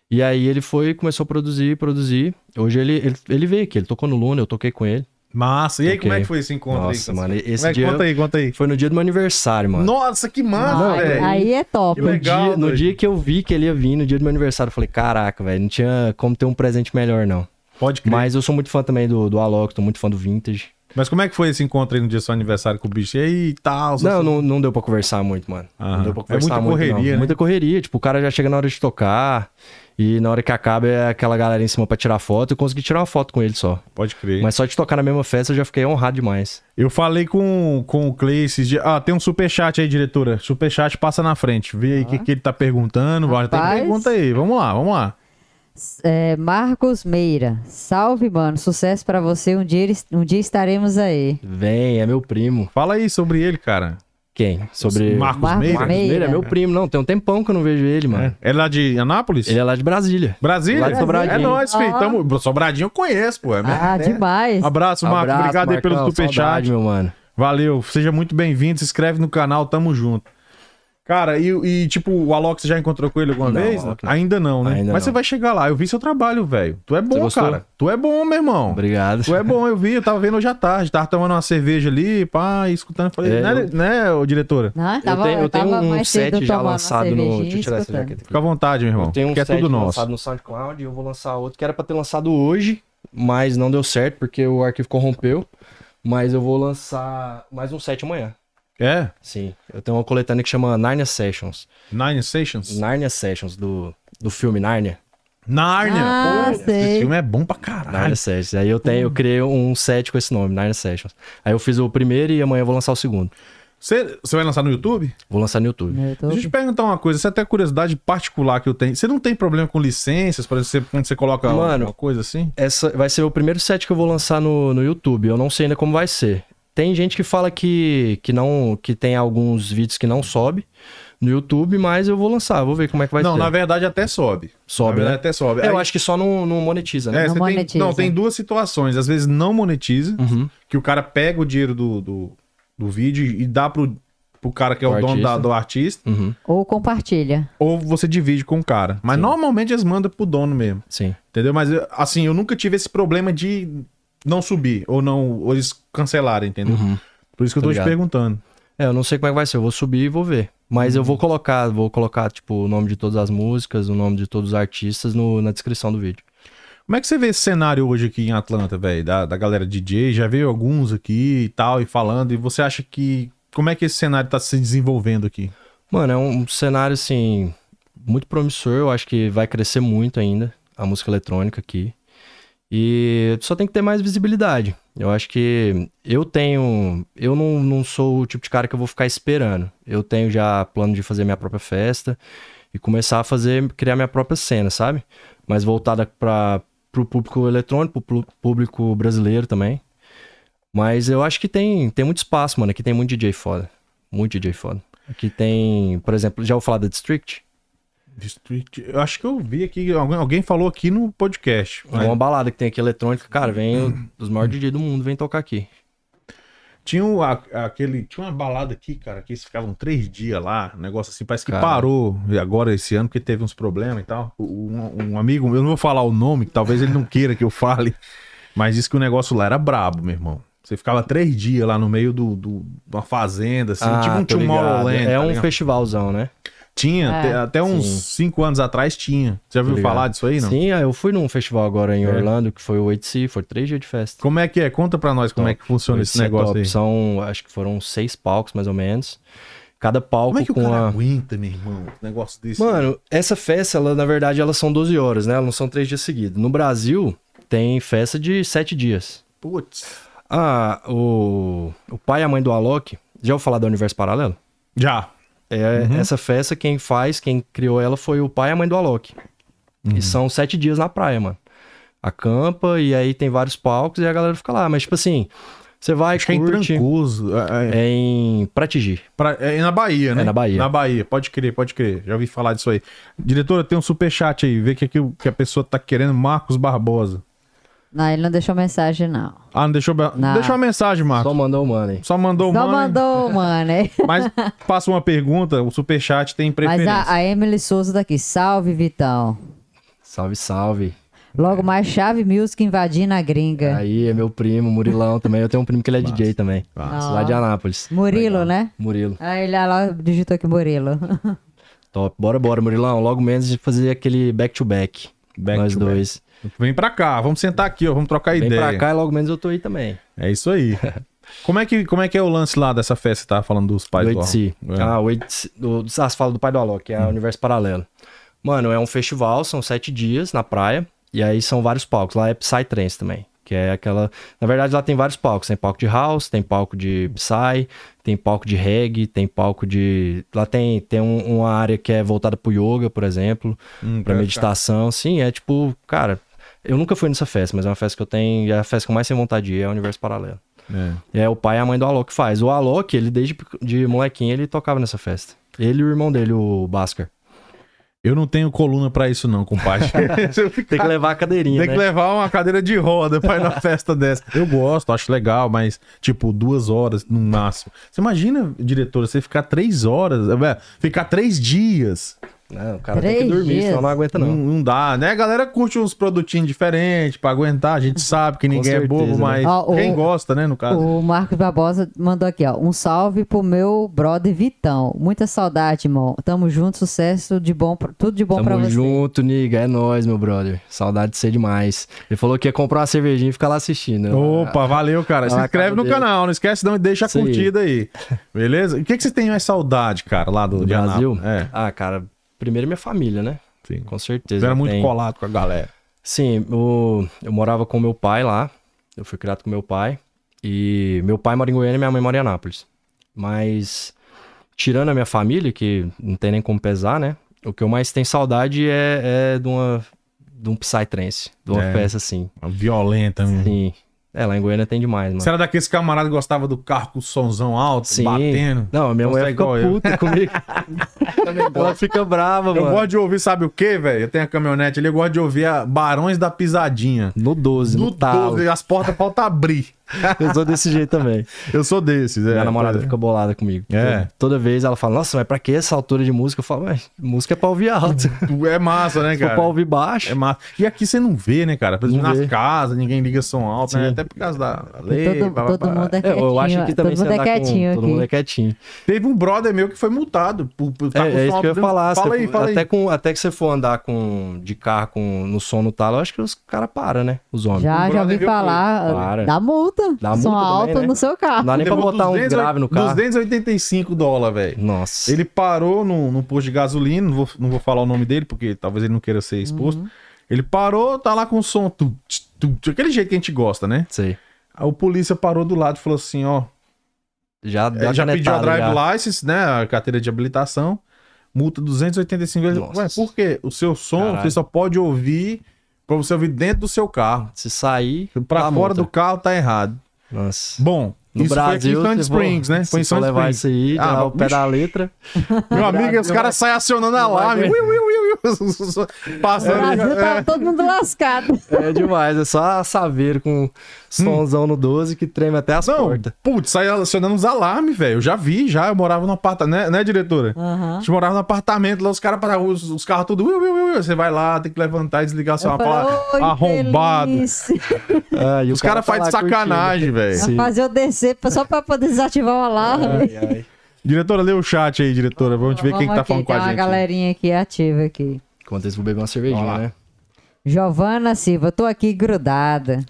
E aí ele foi, começou a produzir, produzir. Hoje ele, ele, ele veio aqui, ele tocou no Luna, eu toquei com ele.
Massa. E aí,
Ok.
como é que foi esse encontro aí?
Nossa, mano,
Como é
esse
que-
dia-
Conta aí, conta aí.
Foi no dia do meu aniversário, mano.
Nossa, que massa,
Não, aí,
velho.
aí é top.
Que
No,
legal,
dia, no
doido.
dia que eu vi que ele ia vir, no dia do meu aniversário, eu falei, caraca, velho, não tinha como ter um presente melhor, não.
Pode crer.
Mas eu sou muito fã também do, do Alok, tô muito fã do Vintage.
Mas como é que foi esse encontro aí no dia do seu aniversário com o bicho? E aí, tal?
Não, não, não deu pra conversar muito, mano.
Aham.
Não deu pra
É muita
conversar muito,
correria,
não.
né?
Muita correria, tipo, o cara já chega na hora de tocar e na hora que acaba é aquela galera em cima pra tirar foto. Eu consegui tirar uma foto com ele só.
Pode crer.
Mas só de tocar na mesma festa eu já fiquei honrado demais.
Eu falei com, com o Clay esses dias. Ah, tem um superchat aí, diretora. Superchat passa na frente. Vê aí o que,
Ah.
que ele tá perguntando. Vai, Tem
Rapaz.
pergunta aí. Vamos lá, vamos lá.
É, Marcos Meira. Salve, mano. Sucesso pra você. Um dia, um dia estaremos aí.
Vem, é meu primo.
Fala aí sobre ele, cara.
Quem? Sobre.
Marcos,
Marcos
Meira.
Meira.
Meira, é meu primo, não. Tem um tempão que eu não vejo ele, mano.
É lá de Anápolis?
Ele é lá de Brasília.
Brasília?
Lá de Ah. Sobradinho.
É nóis, filho.
Ó.
Tamo... Sobradinho eu conheço, pô. É mesmo,
Ah,
né?
demais.
Abraço, Marcos.
Abraço,
Obrigado aí pelo
Marcão,
superchat.
saudade, meu mano.
Valeu, seja muito bem-vindo, se inscreve no canal, tamo junto. Cara, e, e, tipo, o Alok, você já encontrou com ele alguma
Não,
vez?
Alok, não.
Ainda não, né?
Ainda
Mas você
não.
vai chegar lá, eu vi seu trabalho, velho. Tu é bom,
gostou?
cara. Tu é bom, meu irmão.
Obrigado.
Tu é bom, eu vi, eu tava vendo hoje à tarde, tava tomando uma cerveja ali, pá, e escutando, falei,
É,
né,
eu-
né, ô diretora?
Não,
Eu
tava,
tenho, eu tenho
tava
um
mais cedo
set já
tomando uma
lançado no.
cervejinha
Deixa eu tirar essa
escutando.
jaqueta aqui.
Fica à vontade, meu irmão,
Eu tenho um
que é
set
tudo nosso.
lançado no SoundCloud e eu vou lançar outro que era pra ter lançado hoje, mas não deu certo porque o arquivo corrompeu. Mas eu vou lançar mais um set amanhã.
É?
Sim, eu tenho uma coletânea que chama Narnia Sessions.
Nine Sessions?
Narnia Sessions do, do filme Narnia.
Narnia!
Ah,
Pô, Esse
sei.
filme é bom pra
Narnia
caralho.
Sessions. Aí eu tenho, eu criei um set com esse nome, Narnia Sessions. Aí eu fiz o primeiro e amanhã eu vou lançar o segundo.
Você você vai lançar no YouTube?
Vou lançar no YouTube.
Eu tô-
Deixa eu te perguntar uma coisa, isso é até curiosidade particular que eu tenho. Você não tem problema com licenças, por exemplo, quando você coloca
Mano.
alguma coisa assim?
essa vai ser o primeiro set que eu vou lançar no, no YouTube. Eu não sei ainda como vai ser. Tem gente que fala que, que não que tem alguns vídeos que não sobe no YouTube, mas eu vou lançar, vou ver como é que vai
não,
ser.
na verdade até sobe. na
Sobe,
verdade
né?
até sobe.
É, Eu
Aí-
acho que só não, não monetiza, né?
é, você
Não
tem,
monetiza.
não, tem duas situações. Às vezes não monetiza,
Uhum.
que o cara pega o dinheiro do, do, do vídeo e dá pro, pro cara que é o,
Pro
dono da-
artista.
do artista,
Uhum,
Ou compartilha.
ou você divide com o cara. Mas normalmente eles mandam pro dono mesmo,
sim.
entendeu? Mas eu- assim, eu nunca tive esse problema de não subir, ou não, ou eles cancelarem, entendeu?
Uhum.
Por isso que eu tô
Tô
te
ligado.
perguntando.
É, eu não sei como é que vai ser, eu vou subir e vou ver. Mas eu
Uhum.
vou colocar, vou colocar, tipo, o nome de todas as músicas, o nome de todos os artistas no- na descrição do vídeo.
Como é que você vê esse cenário hoje aqui em Atlanta, velho? Da, da galera DJ, já veio alguns aqui e tal, e falando, e você acha que. Como é que esse cenário tá se desenvolvendo aqui?
Mano, é um cenário assim muito promissor, eu acho que vai crescer muito ainda a música eletrônica aqui. E só tem que ter mais visibilidade. Eu acho que eu tenho. Eu não, não sou o tipo de cara que eu vou ficar esperando. Eu tenho já plano de fazer minha própria festa e começar a fazer, criar minha própria cena, sabe? Mas voltada para o público eletrônico, pro plu- público brasileiro também. Mas eu acho que tem, tem muito espaço, mano. Aqui tem muito DJ foda. Muito DJ foda. Aqui tem, por exemplo, já vou falar da District?
District. Eu acho que eu vi aqui, alguém, alguém falou aqui no podcast.
É
mas
uma balada que tem aqui eletrônica, cara, vem o- os maiores DJ do mundo, vem tocar aqui.
Tinha, um- a- aquele, tinha uma balada aqui, cara, que eles ficavam três dias lá, um negócio assim, parece que
Cara.
parou e agora esse ano, porque teve uns problemas e tal. Um, um amigo, eu não vou falar o nome, que talvez ele não queira que eu fale, mas disse que o negócio lá era brabo, meu irmão. Você ficava três dias lá no meio de do, do, uma fazenda, assim, tipo um
Ah, tô ligado.
Tomorrowland.
É
tá
um
ligado?
festivalzão, né?
Tinha,
É.
te- até uns
Sim.
cinco anos atrás tinha. Você já
Tô
ouviu
ligado.
falar disso aí, não?
Sim, ah, eu fui num festival agora em
É.
Orlando, que foi o 8C, foi três dias de festa.
Como é que é? Conta pra nós como
Então,
é que funciona esse negócio aí.
São, acho que foram seis palcos, mais ou menos. Cada palco
Como é que o
com
cara
a...
aguenta, meu irmão? Um negócio desse.
Mano, essa festa, ela, na verdade, elas são 12 horas, né? Elas não são três dias seguidos. No Brasil, tem festa de sete dias.
Putz.
Ah, o, o pai e a mãe do Alok, já ouviu falar da Universo Paralelo?
Já.
É,
Uhum.
Essa festa, quem faz, quem criou ela foi o pai e a mãe do Alok.
Uhum.
E são sete dias na praia, mano. Acampa, e aí tem vários palcos e a galera fica lá. Mas, tipo assim, você vai,
Acho que é em
curte...
Trancoso. É, é-
É em Pratigi.
pra- é na Bahia, né?
É na Bahia.
Na Bahia, pode crer, pode crer. Já ouvi falar disso aí. Diretora, tem um superchat aí. Vê que, aqui, o- que a pessoa tá querendo Marcos Barbosa.
Não, ele não deixou mensagem, não.
Ah, não deixou.
Não.
Deixa uma mensagem, Marcos.
Só mandou o money.
Só, mandou o
Só
mano,
mandou, mano. é.
Mas passa uma pergunta, o superchat tem
Mas
preferência.
a, a Emily Souza daqui. Salve, Vitão.
Salve, salve.
Logo mais Chave Music invadindo a gringa.
Aí é meu primo, Murilão também. Eu tenho um primo que ele é DJ também.
Massa.
Lá de Anápolis.
Murilo,
Legal.
né?
Murilo.
Ah, ele lá digitou aqui Murilo.
Top. Bora, bora, Murilão. Logo menos de fazer aquele back-to-back.
Back
Nós
to back.
dois.
Vem pra cá, vamos sentar aqui, ó, vamos trocar
Vem
ideia.
pra cá e logo menos eu tô aí também.
É isso aí. como, é que, como é que é o lance lá dessa festa que você tava falando dos pais
do
do Hum.
Oitci.
Arlon? É.
Ah, o Oitci, do, do- ah, você fala do pai do Alok, é o Universo Paralelo. Mano, é um festival, são sete dias na praia, e aí são vários palcos. Lá é Psytrance também, que é aquela... Na verdade, lá tem vários palcos. Tem palco de house, tem palco de Psy, tem palco de reggae, tem palco de... Lá tem, tem um- uma área que é voltada pro yoga, por exemplo,
Hum,
pra
cara,
meditação. Sim, é tipo, cara... Eu nunca fui nessa festa, mas é uma festa que eu tenho... É a festa que eu mais tenho vontade de ir, é o Universo Paralelo.
É.
É, o pai e a mãe do Alok faz. O Alok, ele desde pe- de molequinho, ele tocava nessa festa. Ele e o irmão dele, o Basker.
Eu não tenho coluna pra isso não, compadre. Se eu ficar-
Tem que levar a cadeirinha,
Tem
né?
que levar uma cadeira de roda pra ir na festa dessa. Eu gosto, acho legal, mas, tipo, duas horas no máximo. Você imagina, diretora, você ficar três horas, é, ficar três dias.
Não, o cara tem
Três
que dormir,
dias. Hum,
senão não aguenta
Não.
não.
não dá, né? A galera curte uns produtinhos diferentes pra aguentar. A gente sabe que ninguém é
certeza,
bobo,
né?
mas
Ó, Ah, o-
quem gosta, né, no
Tá.
caso.
o Marcos Barbosa mandou aqui, ó. Um salve pro meu brother Vitão. Muita saudade, irmão. Tamo junto, sucesso de bom, pra- tudo de bom pra
Tamo
você.
junto, nigga. É nóis, meu brother. Saudade de ser demais. Ele falou que ia comprar uma cervejinha e ficar lá assistindo.
Opa, valeu, cara. Se
Ah,
inscreve
cara
no
dele.
canal, não esquece não e deixa a
Isso aí.
curtida aí. Beleza? E O que, que você tem mais saudade, cara, lá do,
Do
de
Brasil?
Anápolis? É,
Ah, cara, primeiro minha família, né?
sim.
Com
Você
certeza.
era muito
Tem-
colado com a galera.
Sim, eu, eu morava com meu pai lá. Eu fui criado com meu pai. E meu pai mora em Goiânia e minha mãe mora em Anápolis. Mas, tirando a minha família, que não tem nem como pesar, né? O que eu mais tenho saudade é, é de, uma, de um psytrance, de uma
É.
peça assim.
Violenta, mesmo.
Sim. É, lá em Goiânia tem demais, mano.
Você tá era daqueles camaradas que gostava do carro com o somzão alto, batendo?
Não, minha
Você
mulher
é
fica
igual eu.
puta comigo. Ela fica brava,
Eu
mano.
gosto de ouvir, sabe o quê, velho? Eu tenho a caminhonete ali, eu gosto de ouvir a Barões da Pisadinha.
No 12,
Do
no talo.
12, as portas falta abrir.
Eu sou desse jeito também.
Eu sou desses, é.
Minha namorada
Pois é.
fica bolada comigo.
É.
Toda vez ela fala, nossa, mas pra que essa altura de música? Eu falo, ué, música é pra ouvir alto. Se
É massa, né,
for
cara?
pra ouvir baixo.
É massa. E aqui você não vê, né, cara? Por exemplo,
Não
nas
vê.
casas, ninguém liga som alto, né?
Sim.
Até por causa da lei.
Todo,
blá, blá,
todo
blá.
mundo é
É,
quietinho.
eu acho que aqui
ó.
também
todo mundo
você
é
tá
quietinho
com,
aqui.
todo mundo é quietinho.
Teve um brother meu que foi multado por, por
É,
tá com
é isso
som
que eu ia
alto.
falar.
Fala
se
aí,
for-
fala
até
aí.
Com, até que você for andar com, de carro com, no som no talo, eu acho que os caras param, né? Os homens.
Já,
O
já
brother
ouvi
viu
falar. ah,
que- Para.
Dá multa.
Dá
Som
multa
alto
também, né?
no seu
Não
carro.
dá nem pra
Levou
botar um
200
grave no carro.
285 dólares, velho.
Nossa.
Ele parou num num posto de gasolina, não vou, não vou falar o nome dele, porque talvez ele não queira ser exposto. Ele parou, tá lá com o som. tum, tch, tum, tum, aquele jeito que a gente gosta, né?
Sei.
Aí o polícia parou do lado e falou assim, ó,
Já dá
ele É, já pediu a
canetada,
drive
É já.
license, né, a carteira de habilitação, multa 285 vezes.
Nossa.
Ué, por quê? O seu som
Caralho.
você só pode ouvir pra você ouvir dentro do seu carro.
Se sair.
Pra
dá
fora
Tá multa.
do carro tá errado.
Nossa.
Bom,
No
isso foi aqui
Brasil,
em Sand
se for-
Springs, né? Foi em
se for
Sand
levar
Springs.
isso aí,
Ah,
ah, o pé
bicho.
da letra.
Meu amigo,
Brasil
os caras saem acionando
não vai
alarme. Ui, ui, ui, ui.
O
Passando.
Brasil
É,
tá todo mundo lascado.
É demais, é só saber com somzão no 12 que treme até as
é,
Não,
portas.
putz, sai acionando uns alarmes, velho. Eu já vi, já. Eu morava num apartamento, né, né, diretora?
Aham.
A gente morava num apartamento, lá os caras para os, os carros tudo. ui, ui, ui, ui. Você vai lá, tem que levantar e desligar seu
Eu falo, "Oi,
aparelho. Arrombado.
delícia."
Ah, e o
Os caras
tá
fazem de
lá curtindo.
sacanagem, velho.
Sim. É.
Pra fazer eu descer pra- só pra poder desativar o alarme.
Ai, ai.
Diretora, lê o chat aí, diretora. Vamos ver quem que
Vamos
tá
aqui,
falando com
tem
a
uma
gente.
galerinha aqui ativa aqui.
Enquanto eles vão beber uma cervejinha,
Ó lá.
né?
Giovana Silva, tô aqui grudada.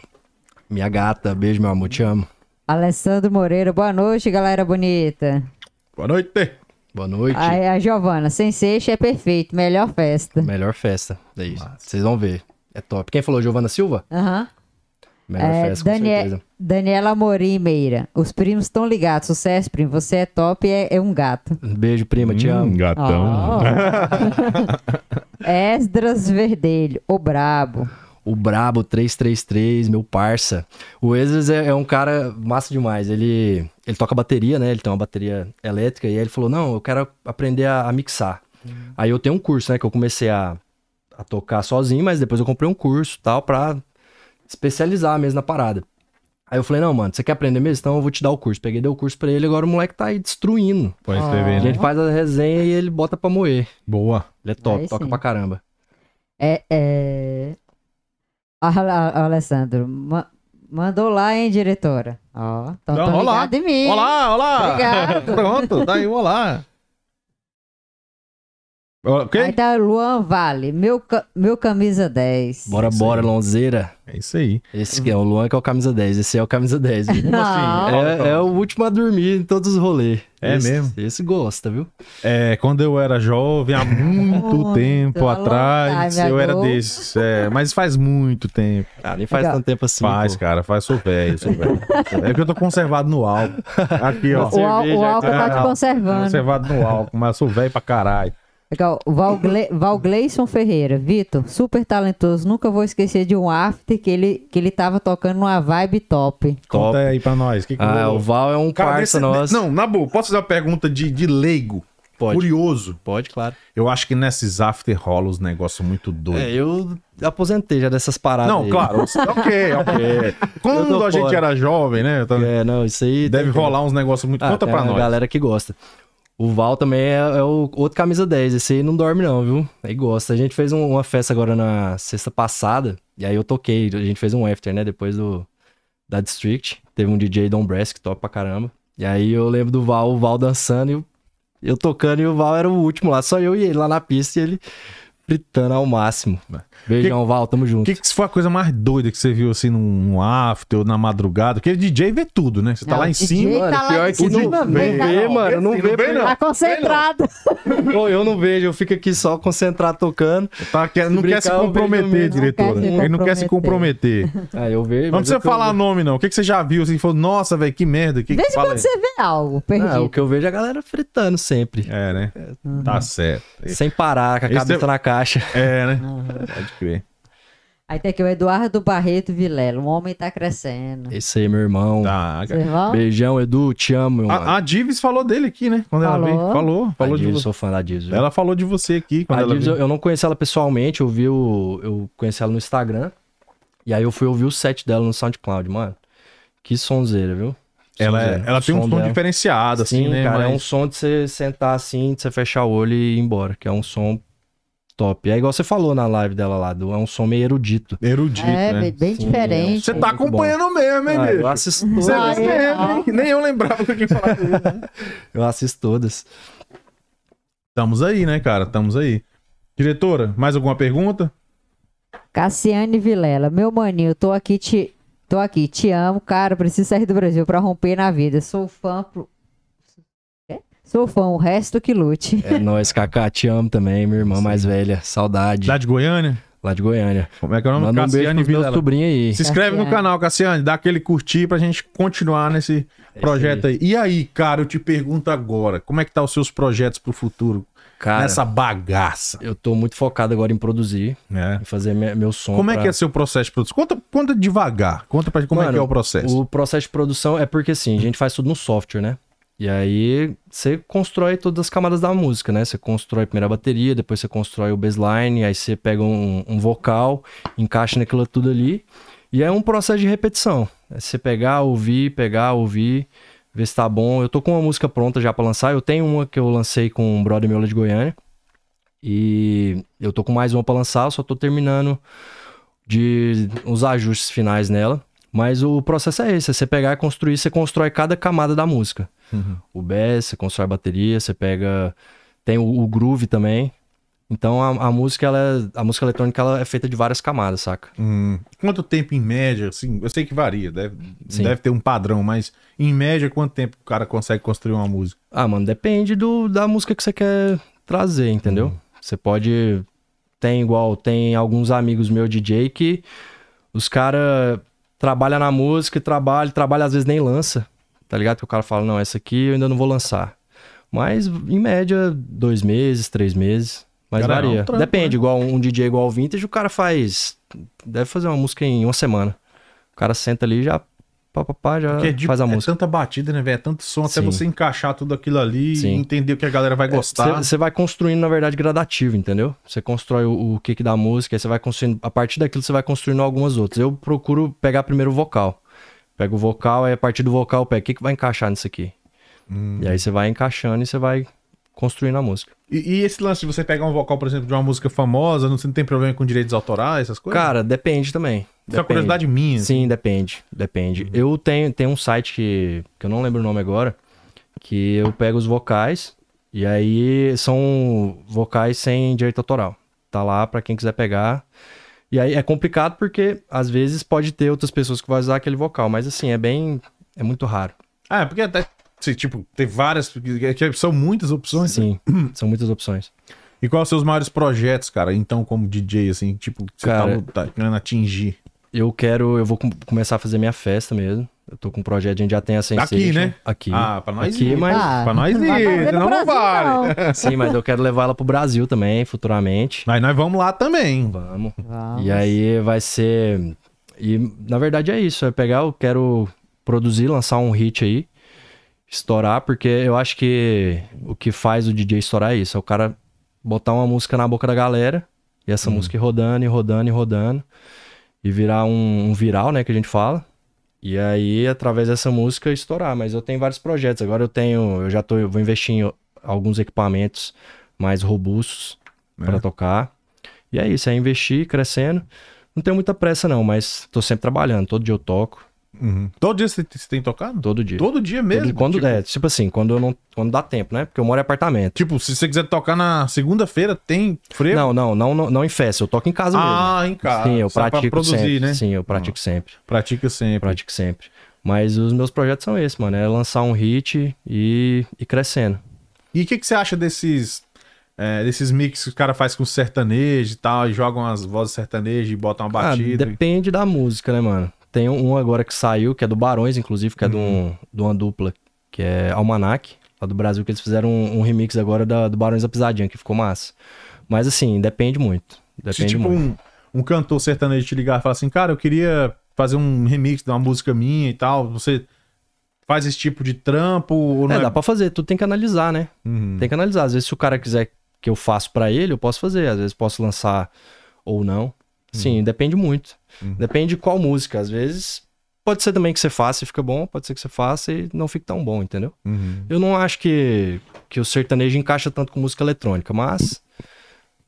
Minha gata, beijo, meu amor, te amo.
Alessandro Moreira, boa noite, galera bonita.
Boa noite.
Boa noite.
A, a Giovana, sem seixo é perfeito, melhor festa.
Melhor festa. É isso. Vocês vão ver. É top. Quem falou? Giovana Silva?
Aham.
Melhor
É,
festa,
Danie-
com certeza.
Daniela Amorim Meira, os primos estão ligados, sucesso, primo, você é top e é, é um gato.
Beijo, prima, te
Hum.
amo.
gatão.
Ah. Oh. Esdras Verdelho, o brabo.
O Brabo 333, meu parça. O Ezras é, é um cara massa demais. Ele, ele toca bateria, né? Ele tem uma bateria elétrica. E aí ele falou: Não, eu quero aprender a, a mixar.
Hum.
Aí eu tenho um curso, né? Que eu comecei a, a tocar sozinho, mas depois eu comprei um curso tal pra especializar mesmo na parada. Aí eu falei: Não, mano, você quer aprender mesmo? Então eu vou te dar o curso. Peguei, dei o curso pra ele. Agora o moleque tá aí destruindo.
Põe esse
Ah.
TV, né?
Ele faz a resenha e ele bota pra moer.
Boa.
Ele é top,
Aí
toca
sim.
pra caramba.
É, é... Ah, ah, ah, Alessandro, ma- mandou lá, hein, diretora? Ó, então
Não,
tão
olá.
ligado em mim.
Olá, olá.
Obrigado.
Pronto, tá aí, olá.
Aí
Ok?
tá Luan Vale, meu, ca- meu camisa 10.
Bora,
Isso
bora,
aí.
Lonzeira.
É isso aí.
Esse que é o Luan que é o camisa 10, esse é o camisa 10. viu?
Ah.
é, é o último a dormir em todos os rolês.
É
Esse-
mesmo?
Esse gosta, viu?
É, quando eu era jovem, há muito
Muito,
tempo
há
atrás,
long time
eu era
ago.
desses. É, mas faz muito tempo.
Ah, nem faz
Legal.
tanto tempo assim.
é Faz,
pô.
cara, faz, sou velho, sou velho. É que eu tô conservado no álcool. Aqui, ó.
O, al- o
cerveja,
álcool tá te
cara.
conservando.
Conservado no álcool, mas sou velho pra caralho.
Legal. Valgle... Valgleison Ferreira. Vitor, super talentoso. Nunca vou esquecer de um after que ele, que ele tava tocando uma vibe top.
Conta aí pra nós. Que que
Ah,
rolou?
o Val é um
Cara, desse-
parça nosso.
Não, na boa, posso fazer uma pergunta de, de leigo,
Pode.
curioso.
Pode, claro.
Eu acho que nesses after rola os negócios muito doidos.
É, eu aposentei já dessas paradas.
Não,
aí.
claro. Ok, ok.
Eu
Quando
tô
a gente
fora.
era jovem, né? eu tava-
É, não, isso aí.
Deve
tem-
rolar uns negócios muito.
Ah,
Conta
tem
pra
uma
nós.
galera que gosta. O Val também é, é o outro camisa 10. Esse aí não dorme, não, viu? Aí gosta. A gente fez um- uma festa agora na sexta passada. E aí eu toquei. A gente fez um after, né? Depois do da District. Teve um DJ Don Brass que toca pra caramba. E aí eu lembro do Val, o Val dançando e o- eu tocando. E o Val era o último lá. Só eu e ele lá na pista e ele fritando ao máximo. Beijão, Val. Tamo
O
junto.
que, que foi a coisa mais doida que você viu assim num, num after ou na madrugada? Porque DJ vê tudo, né? Você tá
Não,
lá em
DJ
cima.
tá lá em
o
cima,
é não
vem,
vê,
tá-
não,
mano. Não
não
vê,
vê,
não.
não.
Tá concentrado.
Ô, Eu não vejo. Eu fico aqui só concentrado tocando.
Tá, quer- não quer se
brincar, eu vejo
comprometer,
mesmo.
diretora.
Não quer se
Ele não quer se comprometer.
Aí Ah, eu vejo.
Não
mas o
precisa
que eu
falar nome, não. O que, que você já viu assim? Falou, nossa, velho, que merda. Que
De vez em
fala
quando
aí.
você vê algo perdido.
Ah, o que eu vejo é a galera fritando sempre.
É, né?
Uhum.
Tá certo.
Sem parar, com a
Esse é-
cabeça na caixa.
É, né?
Uhum.
Pode crer.
Aí tem aqui o Eduardo Barreto Vilela. Um homem tá crescendo.
Esse aí, meu irmão.
Tá,
Vocês vão?
Beijão, Edu, te amo, meu mano.
A, a Divis falou dele aqui, né? Quando ela
Falou.
veio. Falou. Falou
A
de
Divs,
você.
sou fã da Divs. viu?
Ela é falou de você aqui. Quando
A
ela
Divs, eu,
veio.
eu não conheci ela pessoalmente, eu vi o, eu conheci ela no Instagram. E aí eu fui ouvir o set dela no SoundCloud, mano. Que sonzeira, viu?
Ela, é-
Sonzeira.
ela tem um som
dela.
diferenciado, assim,
Sim,
né?
cara, é um
Mas-
som de você sentar assim, de você fechar o olho e ir embora, que é um som top. É igual você falou na live dela lá, do, é um som meio erudito.
Erudito,
É,
né?
bem, bem
Sim,
diferente.
Você tá
Muito bom.
acompanhando mesmo, hein,
Ah, eu
bicho?
assisto né?
Você
todas,
Ah,
nem
é?
lembra, hein? Nem eu lembrava do que falava.
eu assisto todas.
Estamos aí, né, cara? Estamos aí. Diretora, mais alguma pergunta?
Cassiane Vilela, meu maninho, tô aqui te tô aqui, te amo, cara, preciso sair do Brasil pra romper na vida. Sou fã pro... É? Sou fã, o resto que lute.
É nóis, Kaká, te amo também, minha irmã mais velha, saudade.
Lá de Goiânia?
lá de Goiânia.
Como é que é o nome?
Manda um beijo
Cassiane
pros meus
Vilela.
sobrinhos aí.
Se inscreve no
É.
Cassiane.
canal, Cassiane, dá aquele curtir pra gente continuar nesse projeto aí. E aí, cara, eu te pergunto agora, como é que tá os seus projetos pro futuro?
Cara,
Nessa bagaça,
eu tô muito focado agora em produzir,
né?
em fazer me- meu som.
Como é que
pra-
é seu processo de produção? Conta, conta devagar. Conta pra gente como é
Mano,
que é o processo.
O processo de produção é porque assim, a gente faz tudo no software, né? E aí você constrói todas as camadas da música, né? Você constrói primeiro a bateria, depois você constrói o bassline, aí você pega um, um vocal, encaixa naquilo tudo ali. E é um processo de repetição. É você pegar, ouvir, pegar, ouvir, ver se tá bom. Eu tô com uma música pronta já pra lançar. Eu tenho uma que eu lancei com um brother meu lá de Goiânia. E eu tô com mais uma pra lançar, eu só tô terminando de uns ajustes finais nela. Mas o processo é esse: é você pegar e construir, você constrói cada camada da música. O bass, você constrói a bateria, você pega. Tem o, o groove também. Então a, a música, ela é- a música eletrônica ela é feita de várias camadas, saca?
Hum, quanto tempo em média? Assim, eu sei que varia, deve,
Sim.
deve ter um padrão, mas em média, quanto tempo o cara consegue construir uma música?
Ah, mano, depende do, da música que você quer trazer, entendeu?
Uhum.
Você pode. Tem igual, tem alguns amigos meu DJ que os cara trabalha na música, trabalha, trabalha, às vezes nem lança. Tá ligado? Que o cara fala, não, essa aqui eu ainda não vou lançar. Mas, em média, dois meses, três meses. Mas
Cara, é um
varia.
trampo,
Depende, igual um DJ igual ao Vintage, o cara faz. Deve fazer uma música em uma semana. O cara senta ali e já. Pá, pá, pá, já
Porque é de-
Ah, faz a
é
música.
tanta batida, né, velho? É tanto som, até
Sim.
você encaixar tudo aquilo ali e
Sim. É,
entender o que a galera vai gostar.
Você vai construindo, na verdade, gradativo, entendeu? Você constrói o, o kick da música, aí você vai construindo. A partir daquilo, você vai construindo algumas outras. Eu procuro pegar primeiro o vocal. Pego o vocal, aí a partir do vocal, eu pego o que, que vai encaixar nisso aqui. E aí você vai encaixando e você vai construindo a música.
E, e esse lance de você pegar um vocal, por exemplo, de uma música famosa, não, você não tem problema com direitos autorais, essas coisas?
Cara, depende também.
isso é uma
Depende.
curiosidade minha.
Sim, depende, depende.
Uhum.
Eu tenho, tenho um site que, que eu não lembro o nome agora, que eu pego os vocais e aí são vocais sem direito autoral. Tá lá pra quem quiser pegar. E aí é complicado porque às vezes pode ter outras pessoas que vão usar aquele vocal, mas assim, é bem é muito raro.
Ah, é porque até, se, tipo, tem várias, que- que são muitas opções.
Sim, são muitas opções.
E quais os seus maiores projetos, cara? Então, como DJ, assim, tipo, que você
Cara-
tá lutando, atingir.
Eu quero, eu vou com- começar a fazer minha festa mesmo. Eu tô com um projeto, a gente já tem a Sensation.
Aqui, né?
Aqui.
Ah, pra nós
Aqui,
ir.
mas
Ah,
pra nós
não vai
ir,
fazer no
senão não
Brasil,
vale.
não.
sim, mas eu quero levar ela pro Brasil também, futuramente.
Mas nós vamos lá também.
Vamos.
Vamos.
E aí vai ser. E na verdade é isso. É pegar, eu quero produzir, lançar um hit aí, estourar, porque eu acho que o que faz o DJ estourar é isso. É o cara botar uma música na boca da galera e essa música ir rodando e rodando e rodando. E virar um, um viral, né, que a gente fala. E aí, através dessa música, estourar. Mas eu tenho vários projetos. Agora eu tenho. Eu já tô. Eu vou investir em alguns equipamentos mais robustos
É.
pra tocar. E é isso, é investir, crescendo. Não tenho muita pressa, não, mas tô sempre trabalhando. Todo dia eu toco,
Uhum. Todo dia você, você tem tocado?
todo dia.
Todo dia
Todo-
mesmo?
quando
tipo,
é, tipo assim, quando eu não. Quando dá tempo, né? Porque eu moro em apartamento.
Tipo, se você quiser tocar na segunda-feira, tem freio?
Não, não, não, não, não em festa, eu toco em casa
Ah, em
mesmo.
casa.
Sim, eu
Só pra
pratico
produzir,
sempre.
né?
Sim, eu pratico sempre.
Pratica sempre.
Pratico sempre. Mas os meus projetos são esses, mano. É lançar um hit e, e crescendo.
E o que, que você acha desses é, desses mix que o cara faz com sertanejo e tal, e jogam as vozes sertanejas e botam uma batida?
Ah, depende da música, né, mano? Tem um agora que saiu, que é do Barões, inclusive, que é de,
Uhum.
um, de uma dupla, que é Almanac, lá do Brasil, que eles fizeram um, um remix agora da- do Barões da Pisadinha, que ficou massa. Mas assim, depende muito. Depende
Se tipo
muito.
um, um cantor sertanejo te ligar e falar assim, cara, eu queria fazer um remix de uma música minha e tal, você faz esse tipo de trampo ou não
É,
é?
dá pra fazer, tu tem que analisar, né?
Uhum.
Tem que analisar. Às vezes, se o cara quiser que eu faça pra ele, eu posso fazer. Às vezes, posso lançar ou não. Sim,
Uhum.
depende muito. Depende qual música. Às vezes, pode ser também que você faça e fica bom, pode ser que você faça e não fique tão bom, entendeu?
Uhum.
Eu não acho que, que o sertanejo encaixa tanto com música eletrônica, mas.
Você,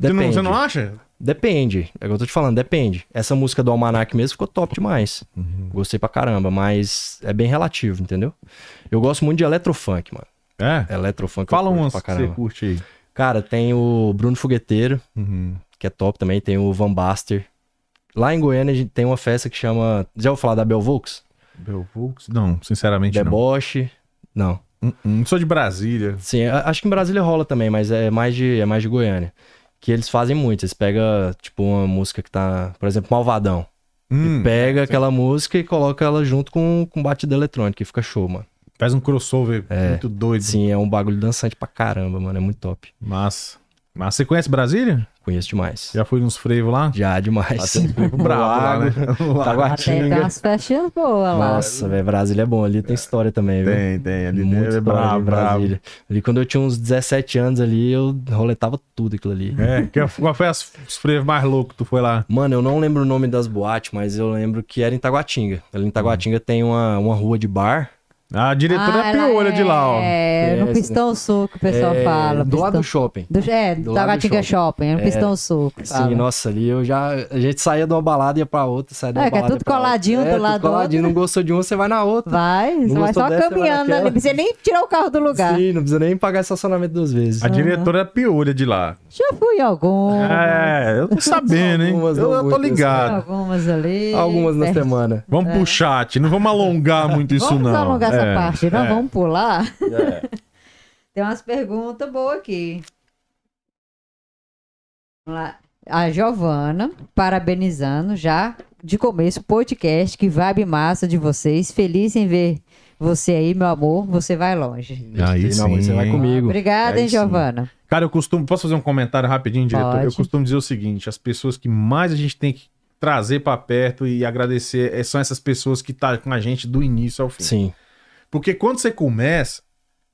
não,
Depende.
você não acha?
Depende. É o que eu tô te falando, depende. Essa música do Almanac mesmo ficou top demais.
Uhum.
Gostei pra caramba, mas é bem relativo, entendeu? Eu gosto muito de eletrofunk, mano.
É.
Eletrofunk
Fala
eu curto
umas
pra
que você
caramba.
curte aí.
Cara, tem o Bruno Fogueteiro,
Uhum.
que é top também, tem o Van Baster. Lá em Goiânia a gente tem uma festa que chama. Já ouviu falar da Belvox?
Belvux? Não,
É
sinceramente não.
Deboche. Não.
Uhum. Sou de Brasília.
Sim, a- acho que em Brasília rola também, mas é mais de, é mais de Goiânia. que eles fazem muito. Eles pegam, tipo, uma música que tá, por exemplo, Malvadão.
Hum,
E pega aquela música e coloca ela junto com, com batida eletrônica e fica show, mano.
faz um crossover muito doido.
Sim, é um bagulho dançante pra caramba, mano. É muito top.
Massa. Mas você conhece Brasília?
Conheço demais.
Já foi nos frevos lá?
Já
Lá
demais.
tem um frevo bravo lá, né? Lá.
Até tem
Taguatinga.
umas festinhas boas lá.
Nossa, velho, Brasília é bom. Ali tem história também, viu?
Tem, tem. Ali
Muita
é
história
bravo,
em
bravo.
Brasília. Ali quando eu tinha uns 17 anos ali, eu roletava tudo aquilo ali.
É, que- qual foi as, os frevos mais loucos que tu foi lá?
Mano, eu não lembro o nome das boates, mas eu lembro que era em Taguatinga. Ali em Taguatinga tem uma, uma rua de bar.
A diretora é
Ah,
a
ela
piolha de lá, ó.
É,
É,
no Pistão Sul que o pessoal
É,
fala.
Do lado
Pistão-
do shopping.
do, é,
do
do
lado do
Taguatinga Shopping, é no Pistão Sul. que fala.
Sim, nossa, ali eu já. A gente saía de uma balada e ia pra outra, saía de uma
É, que é
balada.
tudo
ia pra outra.
coladinho do
é, tudo
lado do
coladinho,
outro.
não gostou de uma, você vai na outra.
Vai,
Não
você vai
gostou
só
dessa, vai
caminhando
naquela.
ali, não precisa nem tirar o carro do lugar.
Sim, não precisa nem pagar estacionamento duas vezes.
A diretora é a
né?
piolha de lá.
Já fui em algumas, né?
É, eu tô sabendo, hein?
Algumas, né?
Eu,
não
eu tô
muitas.
ligado.
algumas ali.
Algumas na
perto.
semana.
Vamos pro chat, não vamos alongar muito isso,
É. vamos
não.
alongar
É,
essa parte, não?
é.
Vamos pular? Tem umas perguntas boas aqui. Vamos lá. A Giovana, parabenizando já de começo o podcast, que vibe massa de vocês. Feliz em ver você aí, meu amor. Você vai longe.
Aí
Não,
sim,
você vai
hein?
comigo.
Obrigada,
Aí
hein,
sim.
Giovana.
Cara, eu costumo. Posso fazer um comentário rapidinho, diretor?
Pode.
Eu costumo dizer o seguinte: as pessoas que mais a gente tem que trazer pra perto e agradecer é- são essas pessoas que tá com a gente do início ao fim.
Sim,
Porque quando você começa,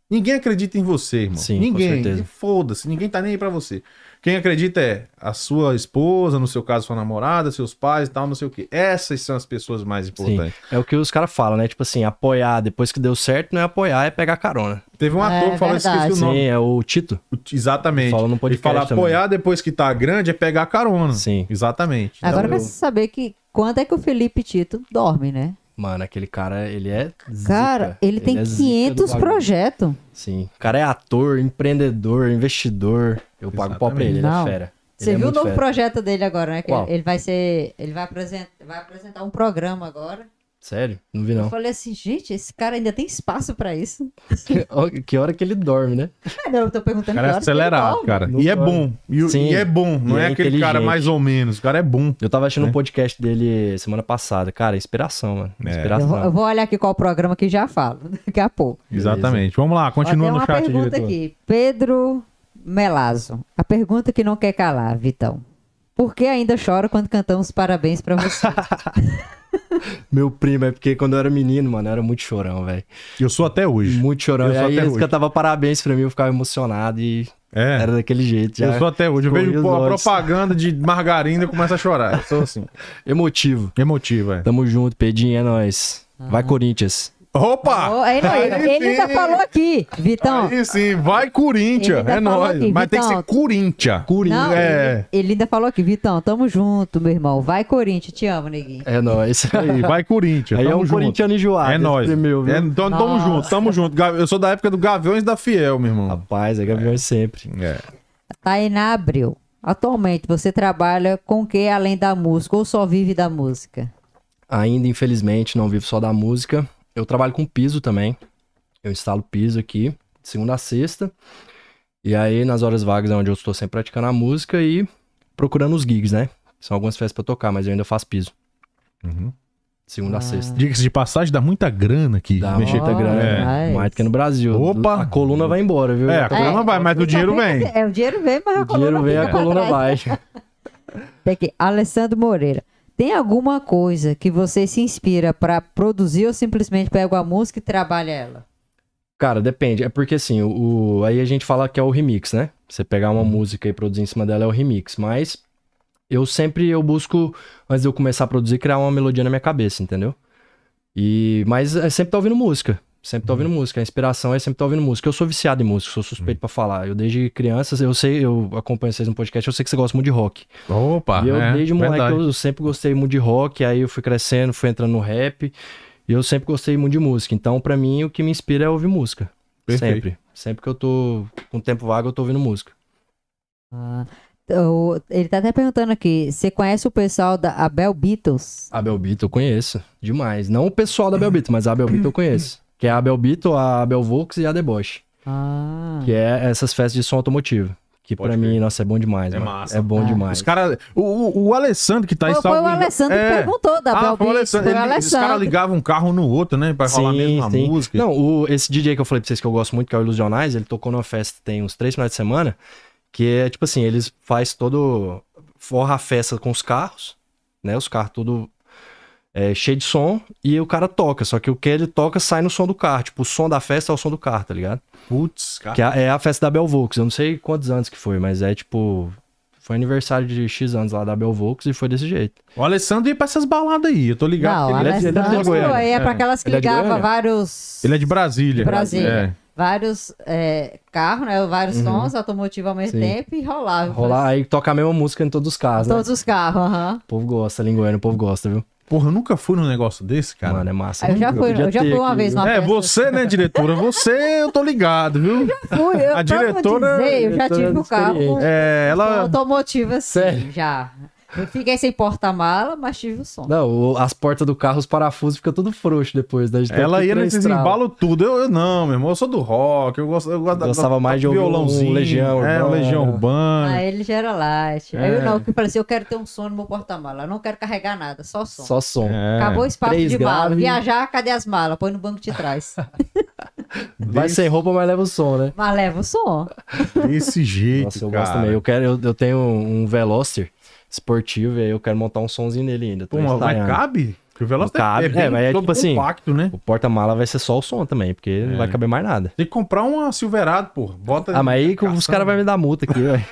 ninguém acredita em você, irmão.
Sim, com
ninguém.
certeza.
E Foda-se, ninguém tá nem aí pra você. Quem acredita é a sua esposa, no seu caso, sua namorada, seus pais e tal, não sei o quê. Essas são as pessoas mais importantes.
é o que os caras falam, né? Tipo assim, apoiar depois que deu certo não é apoiar, é pegar carona.
Teve um ator
É
que falou,
verdade.
esqueci o
Sim,
nome.
é o Tito.
Exatamente.
Falou no
Ele
podcast
fala,
também.
apoiar depois que tá grande é pegar carona.
Sim.
Exatamente.
Agora eu
Então,
quero saber que quando é que o Felipe Tito dorme, né?
Mano, aquele cara, ele é. zica.
Cara, ele tem
é zica do
500
bagulho.
projetos.
Sim. O cara é ator, empreendedor, investidor. Eu pago pau pra ele, ele é
Não.
fera. Ele
Você
é
viu o
muito
novo
fera.
projeto dele agora, né? Que
Qual?
Ele vai ser. Ele vai apresentar, vai apresentar um programa agora.
Sério? Não vi,
Eu
não.
falei assim, gente, esse cara ainda tem espaço pra isso. assim.
que hora que ele dorme, né?
Ah, Não, eu tô
O
perguntando
cara
que
é
hora que ele
acelerado,
dorme.
cara.
Não
E é
dorme.
bom. E, o-
Sim.
e é bom. Não
E
é,
é
aquele cara
inteligente.
mais ou menos. O cara é bom.
Eu tava achando
É.
um podcast dele semana passada. Cara, inspiração, mano.
É.
Eu
Inspiração.
vou, eu vou olhar aqui qual o programa que já falo, daqui a pouco.
Beleza.
Exatamente. Vamos lá, continua
Ó, tem
no
uma
chat,
pergunta
diretor.
aqui. Pedro Melazzo. A pergunta que não quer calar, Vitão. Por que ainda choro quando cantamos parabéns pra você?
Meu primo, é porque quando eu era menino, mano, eu era muito chorão, velho.
Eu sou até hoje.
Muito chorão.
Eu
E
sou
aí
até
eles
hoje.
cantavam parabéns pra mim, eu ficava emocionado e
É.
era daquele jeito. Já
Eu sou até hoje. Eu
Corri
vejo
os
pô, a
olhos.
propaganda de margarina e começo a chorar. Eu sou assim.
Emotivo.
Emotivo, é.
Tamo junto, Pedinho, é nóis.
Ah.
Vai, Corinthians.
Opa!
Oh, ele,
Aí
ele ainda
sim.
falou aqui, Vitão.
Aí sim, vai Corinthians.
então, Ele
É
ainda falou
nóis.
aqui,
Mas tem que
Vitão.
ser Corinthians.
Não,
Corinthians. É.
ele, ele ainda falou aqui, Vitão, tamo junto, meu irmão. Vai, Corinthians, te amo, neguinho.
É nóis.
Aí, vai Corinthians.
Aí é
Tamo
um
junto.
corintiano enjoado.
É
esse
nóis.
Meu, viu?
É, então tamo
Nossa.
junto, tamo junto. Ga- Eu sou da época do Gaviões da Fiel, meu irmão.
Rapaz, é Gaviões sempre.
É.
Tainá Abreu. Atualmente você trabalha com o que além da música ou só vive da música?
Ainda, infelizmente, não vivo só da música. Eu trabalho com piso também. Eu instalo piso aqui, de segunda a sexta. E aí, nas horas vagas, é onde eu estou sempre praticando a música e procurando os gigs, né? São algumas festas pra tocar, mas eu ainda faço piso.
Uhum.
de Segunda a
Ah.
sexta.
Diga-se de passagem, dá muita grana aqui.
Dá
mexer
muita
com
grana,
É.
né?
mais do que no Brasil.
Opa!
A coluna vai embora, viu?
É, a coluna vai, mas o dinheiro vem.
É, o dinheiro vem, mas a
O dinheiro
coluna
vem, a
fica pra
coluna
trás.
vai.
Tem aqui, Alessandro Moreira. Tem alguma coisa que você se inspira pra produzir ou simplesmente pega a música e trabalha ela?
Cara, depende. É porque assim, o, o- aí a gente fala que é o remix, né? Você pegar
Uhum.
uma música e produzir em cima dela é o remix, mas eu sempre eu busco antes de eu começar a produzir criar uma melodia na minha cabeça, entendeu? E mas é sempre tá ouvindo música. Sempre
Uhum.
tá ouvindo música, a inspiração é sempre tá ouvindo música. Eu sou viciado em música, sou suspeito pra falar. Eu desde criança, eu sei, eu acompanho vocês no podcast, eu sei que você gosta muito de rock.
Opa!
E eu,
é,
desde moleque,
verdade.
eu, eu sempre gostei muito de rock, aí eu fui crescendo, fui entrando no rap, e eu sempre gostei muito de música. Então, pra mim, o que me inspira é ouvir música.
Perfeito.
Sempre. Sempre que eu tô com tempo vago, eu tô ouvindo música.
Ah, o- ele tá até perguntando aqui, você conhece o pessoal da Abel Beatles?
A Belbito eu conheço, demais. Não o pessoal da Belbito, mas a Belbito eu conheço. Que é a Belbito, a Belvox e a Deboche.
Ah,
Que é essas festas de som automotivo. Que
Pode
pra
crer.
mim, nossa, é bom demais.
É
mano.
massa.
É bom
Ah.
demais.
Os caras. O, o, o Alessandro que tá aí
Foi, foi o Alessandro que perguntou da
Ah,
Bel
foi o
Beats,
Alessandro.
foi
Ele-
o
Os caras
Alessandro.
ligavam um carro no outro, né? Pra rolar a mesma
sim.
música.
Não, o, esse DJ que eu falei pra vocês que eu gosto muito, que é o Ilusionais, ele tocou numa festa tem uns três finais de semana, que é tipo assim, eles faz todo... forra a festa com os carros, né? Os carros tudo é, cheio de som, e o cara toca, só que o que ele toca sai no som do carro, tipo, o som da festa é o som do carro, tá ligado?
Putz, cara.
Que é, a- é a festa da Belvox, eu não sei quantos anos que foi, mas é tipo... Foi aniversário de X anos lá da Belvox e foi desse jeito.
O Alessandro ia pra essas baladas aí, eu tô ligado.
Não, o
porque ele, é,
Alessandro-
ele é de
Alessandro
Goiânia.
é, pra aquelas que
Ele é de
ligavam
Goiânia?
vários...
Ele é de Brasília.
Brasília.
É.
Vários é, carros, né? Vários
Uhum.
sons automotivos ao mesmo
Sim.
tempo e rolava.
Rolar aí toca a mesma música em todos os carros, né?
Todos os carros, aham.
O povo gosta, linguiano, o povo gosta, viu?
Porra, eu nunca fui num negócio desse, cara.
Mano, é massa.
Aí Eu já fui, eu já
ter
fui uma
aqui,
vez
viu?
numa
É,
festa.
você, né, diretora? Você, eu tô ligado, viu?
Fui, eu,
A
pra não
diretora-
dizer, eu já
diretora
tive um carro
experiente.
É, ela.
automotivo assim,
Sério?
já. Eu fiquei sem porta-mala, mas tive o som.
Não, o- as portas do carro, os parafusos ficam tudo frouxo depois. Né? De tanto
Ela
que
ia
trem
nesses
estrala.
embalos tudo. Eu, eu não, meu irmão. Eu sou do rock. Eu, gosto, eu gosto da-
Gostava
da-
mais de
do
ouvir um
violãozinho.
Legião
é, um
Urbana.
Legião Urbana.
Ah, ele já era light. Aí
É.
eu não, que eu falei assim, eu quero ter um som no meu porta-mala. Eu não quero carregar nada, só som.
Só som.
É.
Acabou o espaço
Três
de mala.
graves.
Viajar, cadê as malas? Põe no banco de trás.
Vai sem roupa, mas leva o som, né?
mas leva o som.
Desse jeito,
Nossa, eu
cara.
gosto também. Eu, quero, eu, eu tenho um Veloster esportivo e aí eu quero montar um somzinho nele ainda. tô
Pô, mas
ensaiando.
cabe? Porque o Veloster
Cabe,
é, bem,
é, mas é
todo
tipo assim-
compacto, né?
O porta-mala vai ser só o som também, porque não vai caber mais nada.
Tem que comprar uma Silverado, pô. Bota
Ah, mas aí que os caras vão me dar multa aqui, velho.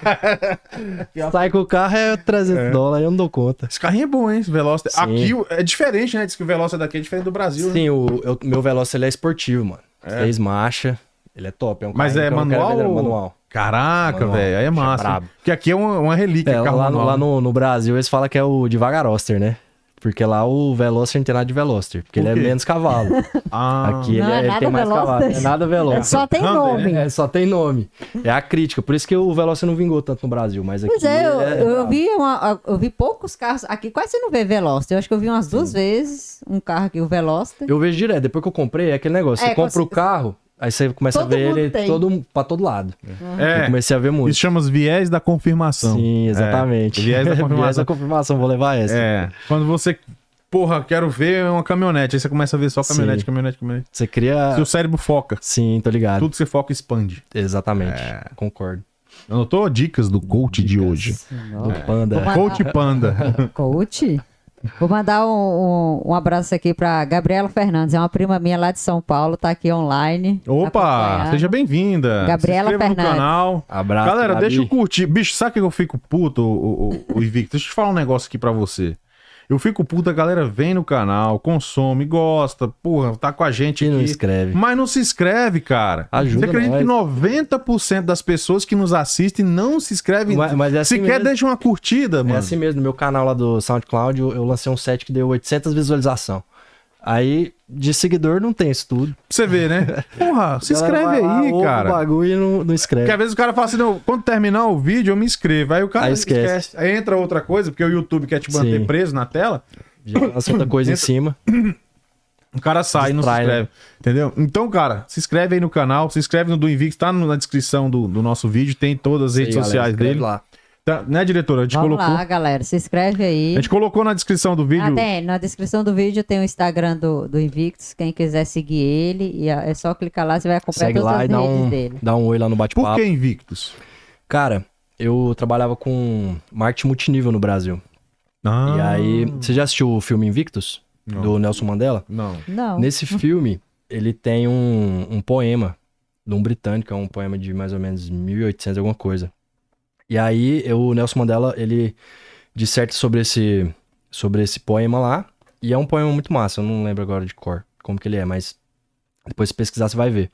Sai com o carro é 300 dólares, eu não dou conta.
Esse carrinho é bom, hein? Esse Veloster.
Sim.
Aqui o- é diferente, né? Diz que o Veloster daqui é diferente do Brasil. né?
Sim, o eu- meu Veloster ele é esportivo, mano. Três marcha, ele é top. É um
Mas
carro
é
que eu não quero
manual?
vender,
ou-
é manual.
Caraca,
Manual.
velho. Aí é
Isso é
massa.
brabo.
hein? Porque aqui é uma, uma relíquia.
É,
carro
lá, no,
manual.
lá no, no Brasil eles falam que é o de Vagaroster, né? Porque lá o Veloster não tem nada de Veloster, porque
Por
ele
quê?
é menos cavalo.
Ah,
Aqui
Não,
ele,
é
é- ele
nada
tem mais
Veloster.
cavalo, é nada Veloster.
Só tem
Thunder,
nome.
É, só tem nome. É a crítica. Por isso que o Veloster não vingou tanto no Brasil, mas aqui
Pois é, eu,
ele
eu, vi uma- eu vi poucos carros aqui, quase você não vê Veloster. Eu acho que eu vi umas duas vezes um carro aqui, o Veloster.
Eu vejo direto, depois que eu comprei, é aquele negócio,
É,
você compra
cons-
o carro, aí você começa
Todo
a ver
mundo
ele
tem.
todo, pra todo lado. Eu
É,
comecei a ver muito.
isso chama os viés da confirmação.
Sim, exatamente.
É, viés da
Viés
confirmação.
confirmação, vou levar essa.
É, quando você, porra, quero ver uma caminhonete, aí você começa a ver só caminhonete,
Sim. Ah.
caminhonete, caminhonete.
Você cria.
Seu cérebro foca.
Sim, tô ligado.
Tudo É. que você foca expande.
Exatamente. Concordo.
Anotou dicas do coach de hoje.
Do
É.
Panda.
Coach Panda.
Coach? Vou mandar um, um, um abraço aqui pra Gabriela Fernandes, é uma prima minha lá de São Paulo, tá aqui online.
Opa,
acompanhando.
seja bem-vinda.
Gabriela
Se inscreva
Fernandes.
no canal.
Abraço.
Galera,
Gabi.
deixa eu curtir. Bicho, sabe o que eu fico puto, o, o, o Invicto? Deixa eu te falar um negócio aqui pra você. Eu fico puto, a galera vem no canal, consome, gosta, porra, tá com a gente
E não
aqui.
escreve.
Mas não se inscreve, cara.
Ajuda
Você acredita
nós.
que 90% das pessoas que nos assistem não se inscrevem?
Mas- mas é assim
Sequer
mesmo.
deixa uma curtida, mano.
É assim mesmo, no meu canal lá do SoundCloud, eu, eu lancei um set que deu 800 visualizações. Aí, de seguidor, não tem isso tudo.
Pra você ver, né? Porra, se
Galera
inscreve
vai lá,
aí,
ouve o
cara.
bagulho e não, não escreve.
Porque às vezes o cara fala assim, não, quando terminar o vídeo eu me inscrevo. Aí o cara
Aí esquece.
Aí entra outra coisa, porque o YouTube quer te manter
Sim.
preso na tela.
Já lança outra coisa em cima.
O cara sai e não se
Distrai, né?
inscreve. Entendeu? Então, cara, se inscreve aí no canal, se inscreve no do Invicto, tá no- na descrição do, do nosso vídeo, tem todas as redes
Aí, galera,
sociais
escreve
dele.
Lá.
Tá, né, diretora? A gente
Vamos
colocou.
lá, galera, se inscreve aí.
A gente colocou na descrição do vídeo.
Ah, tem, na descrição do vídeo tem o Instagram do, do Invictus, quem quiser seguir ele, e a- é só clicar lá, você vai acompanhar
Segue
todas
lá
as
e dá
redes
um,
dele.
dá um oi lá no bate-papo.
Por que Invictus?
Cara, eu trabalhava com marketing multinível no Brasil.
Ah,
E aí, você já assistiu o filme Invictus? Do Nelson Mandela?
Não.
Não,
Nesse filme, ele tem um, um poema de um britânico, é um poema de mais ou menos 1800 alguma coisa. E aí, eu- o Nelson Mandela, ele disserte sobre esse, sobre esse poema lá, e é um poema muito massa, eu não lembro agora de cor como que ele é, mas depois se pesquisar você vai ver.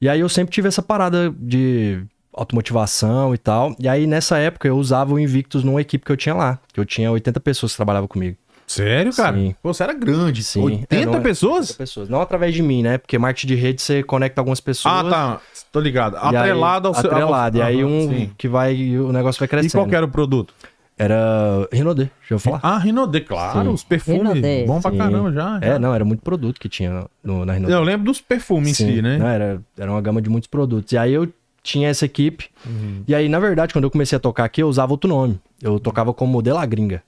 E aí eu sempre tive essa parada de automotivação e tal, e aí nessa época eu usava o Invictus numa equipe que eu tinha lá, que eu tinha 80 pessoas que trabalhavam comigo.
Sério, cara?
Sim.
Pô, você era grande.
Sim.
80
É, não é.
pessoas?
80 pessoas. Não através de mim, né? Porque marketing de rede você conecta algumas
Ah,
pessoas.
tá. Tô ligado.
E aí-
Atrelado ao seu.
Atrelado. E aí
Aham,
um
sim.
que vai. O negócio vai
E
crescendo.
qual que era o produto?
Era. Renaudê, já vou falar.
Ah, Rinode, claro.
Sim.
Os perfumes.
Renaudet.
Bom pra
Sim.
caramba já. já.
É, não, era muito produto que tinha no, na Renaudê.
Eu lembro dos perfumes em si, né?
Não, era, era uma gama de muitos produtos. E aí eu tinha essa equipe.
Uhum.
E aí, na verdade, quando eu comecei a tocar aqui, eu usava outro nome. Eu tocava como De La Gringa.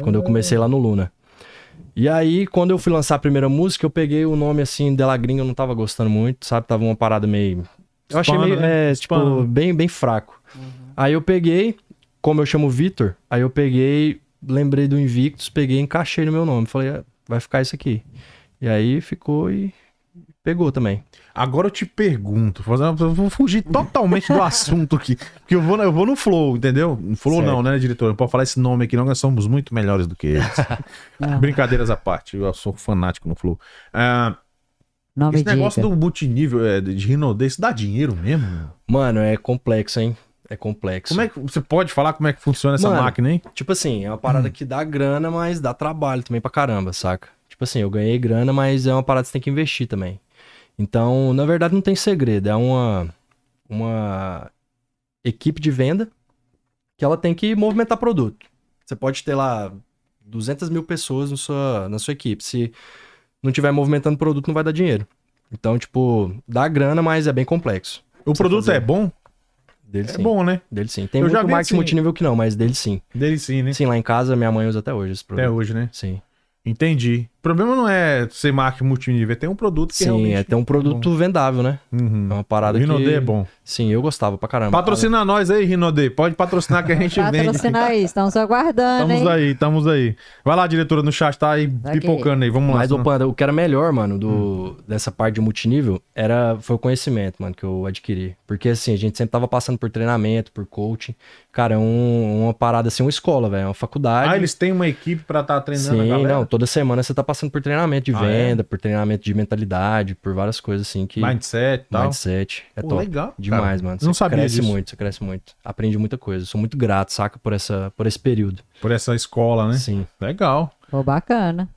Quando eu comecei lá no Luna. E aí, quando eu fui lançar a primeira música, eu peguei o nome assim, De La Gringa, eu não tava gostando muito, sabe? Tava uma parada meio. Eu achei
Hispano,
meio.
né?
é, tipo,
Hispano.
bem, bem fraco. Aí eu peguei, como eu chamo Vitor, aí eu peguei, lembrei do Invictus, peguei e encaixei no meu nome. Falei, "Ah, vai ficar isso aqui. E aí ficou e pegou também.
Agora eu te pergunto, vou fazer uma- eu vou fugir totalmente do assunto aqui, porque eu vou, eu vou no flow, entendeu? No flow
Certo.
não, né, diretor? Não pode falar esse nome aqui não, nós somos muito melhores do que eles.
Tá
Brincadeiras à parte, eu sou fanático no flow. Ah,
Não me
esse negócio
diga.
do multinível, é, de Rinodê, isso dá dinheiro mesmo?
Mano, é complexo, hein? É complexo.
Como é que, você pode falar como é que funciona essa
Mano,
máquina, hein?
Tipo assim, é uma parada
Hum.
que dá grana, mas dá trabalho também pra caramba, saca? Tipo assim, eu ganhei grana, mas é uma parada que você tem que investir também. Então, na verdade, não tem segredo. É uma, uma equipe de venda que ela tem que movimentar produto. Você pode ter lá 200 mil pessoas na sua, na sua equipe. Se não tiver movimentando produto, não vai dar dinheiro. Então, tipo, dá grana, mas é bem complexo.
O produto
fazer.
é bom?
Dele
É
sim.
bom, né?
Dele sim. Tem
Eu já
muito
vi,
marketing
assim-
multinível que não, mas dele sim.
Dele sim, né?
Sim, lá em casa minha mãe usa até hoje esse produto.
Até hoje, né?
Sim.
Entendi. O problema não é ser marca multinível, é ter um produto que
Sim,
realmente...
é ter um produto vendável, né?
Uhum.
É uma parada
o Rinodê
que...
é bom.
Sim, eu gostava pra caramba.
Patrocina nós aí, Rinodê. Pode patrocinar que a gente vende.
Patrocinar aí, estamos aguardando,
Estamos
hein?
aí, estamos aí. Vai lá, diretora, no chat tá aí
Aqui.
pipocando aí. Vamos lá.
Mas, ô
senão-
Panda, o que era melhor, mano, do,
Hum.
dessa parte de multinível, era, foi o conhecimento, mano, que eu adquiri. Porque, assim, a gente sempre tava passando por treinamento, por coaching. Cara, é um- uma parada, assim, uma escola, velho, uma faculdade.
Ah, eles têm uma equipe pra estar treinando a
Sim,
galera?
não, toda semana você tá passando por treinamento de
Ah, é?
venda, por treinamento de mentalidade, por várias coisas, assim, que...
Mindset e tal.
Mindset, é
Pô,
top.
legal.
Demais,
cara.
mano.
Não sabia
cresce
disso.
muito, você cresce muito. Aprende muita coisa. Sou muito grato, saca, por, essa, por esse período.
Por essa escola, né?
Sim.
Legal.
Pô, bacana.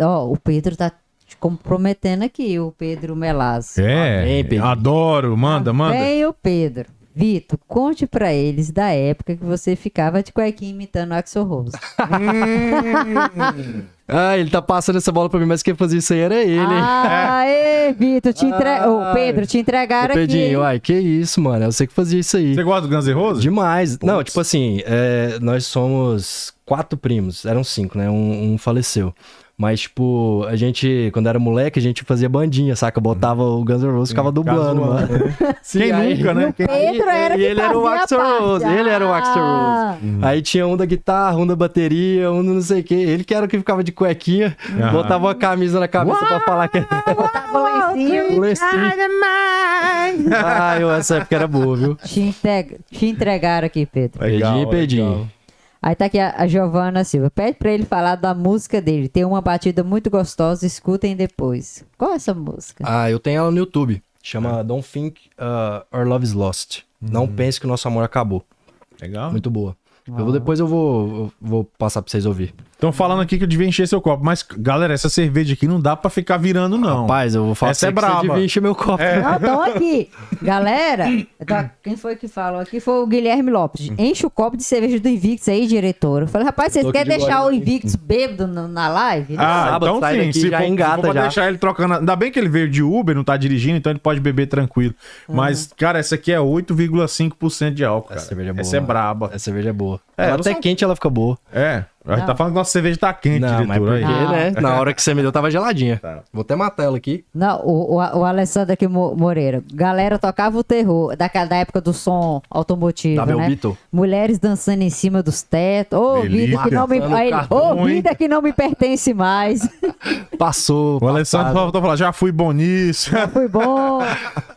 Ó, o Pedro tá te comprometendo aqui, o Pedro Melazzo.
É,
bem, Pedro.
adoro. Manda, manda.
Ah, Vem o Pedro. Vitor, conte pra eles da época que você ficava de cuequinha imitando o Axel Rose.
Ah, ele tá passando essa bola pra mim, mas quem fazia isso aí era ele.
Ah, Aê, Vitor, te entre...
Ah.
Ô, Pedro, te entregaram
Ô,
aqui. hein?
Pedrinho, ai, que isso, mano. Eu sei que fazia isso aí.
Você gosta do Guns N' Roses?
Demais. Não, tipo assim, é, nós somos quatro primos. Eram cinco, né? Um, um faleceu. Mas, tipo, a gente, quando era moleque, a gente fazia bandinha, saca? Botava o Guns N' Roses, ficava dublando,
zoando,
mano. Sim,
Quem
aí-
nunca, né? Quem-
Pedro era
E
que
ele era o
fazia a
Axl
parte.
Rose, ele era o Axl
Ah,
Aí tinha um da guitarra, um da bateria, um do não sei o quê. Ele que era o que ficava de cuequinha,
Aham.
botava uma camisa na cabeça pra falar que era
Tava lá em cima.
o lencinho. Ah, eu, essa época era boa, viu?
Te, entrega... te entregaram aqui, Pedro.
Legal,
Pedinho, Pedinho.
legal.
Aí tá aqui a, a Giovana Silva. Pede pra ele falar da música dele. Tem uma batida muito gostosa, escutem depois. Qual é essa música?
Ah, eu tenho ela no YouTube.
É.
Chama Don't Think uh, Our Love Is Lost.
Uhum.
Não pense que o nosso amor acabou.
Legal. né?
Muito boa. Eu
Ah.
vou, depois eu vou, eu vou passar pra vocês ouvir.
Estão falando aqui que eu devia encher seu copo. Mas, galera, essa cerveja aqui não dá pra ficar virando, não.
Rapaz, eu vou falar
Essa
pra você
é
que
braba. É.
Você devia encher meu copo.
Não, estão aqui. Galera, tá- quem foi que falou aqui foi o Guilherme Lopes. Enche o copo de cerveja do Invictus aí, diretor. Eu falei, rapaz, vocês
Tô aqui
querem
de
deixar
guarda,
o
hein?
Invictus bêbado no- na live?
Ah,
Sábado,
então
sai
sim,
daqui,
se
já
for,
engata,
se for pra
já.
deixar ele trocando. Ainda bem que ele veio de Uber, não tá dirigindo, então ele pode beber tranquilo. Mas, cara, essa aqui é 8,5% de álcool.
Uhum. Essa
cara.
cerveja é boa,
Essa é
mano.
braba.
Essa cerveja é boa.
É,
ela
eu
até
só-
quente ela fica boa.
É. Aí Tá falando que nossa cerveja tá quente,
Não, mas
diretor.
porque,
Aí.
Não.
né? Na hora que você me deu, tava geladinha.
Tá.
Vou até matar ela aqui.
Não, o, o, o Alessandro aqui Mo- Moreira. Galera tocava o terror da, da época do som automotivo,
Tá, meu
né?
Beatle.
Mulheres dançando em cima dos tetos. Ô, vida que não me,
Delícia.
aí ele,
Cartão,
"Ô,
hein?
vida que não me pertence mais.
Passou.
O Alessandro
passado.
faltou falar, já fui bom nisso.
Foi bom.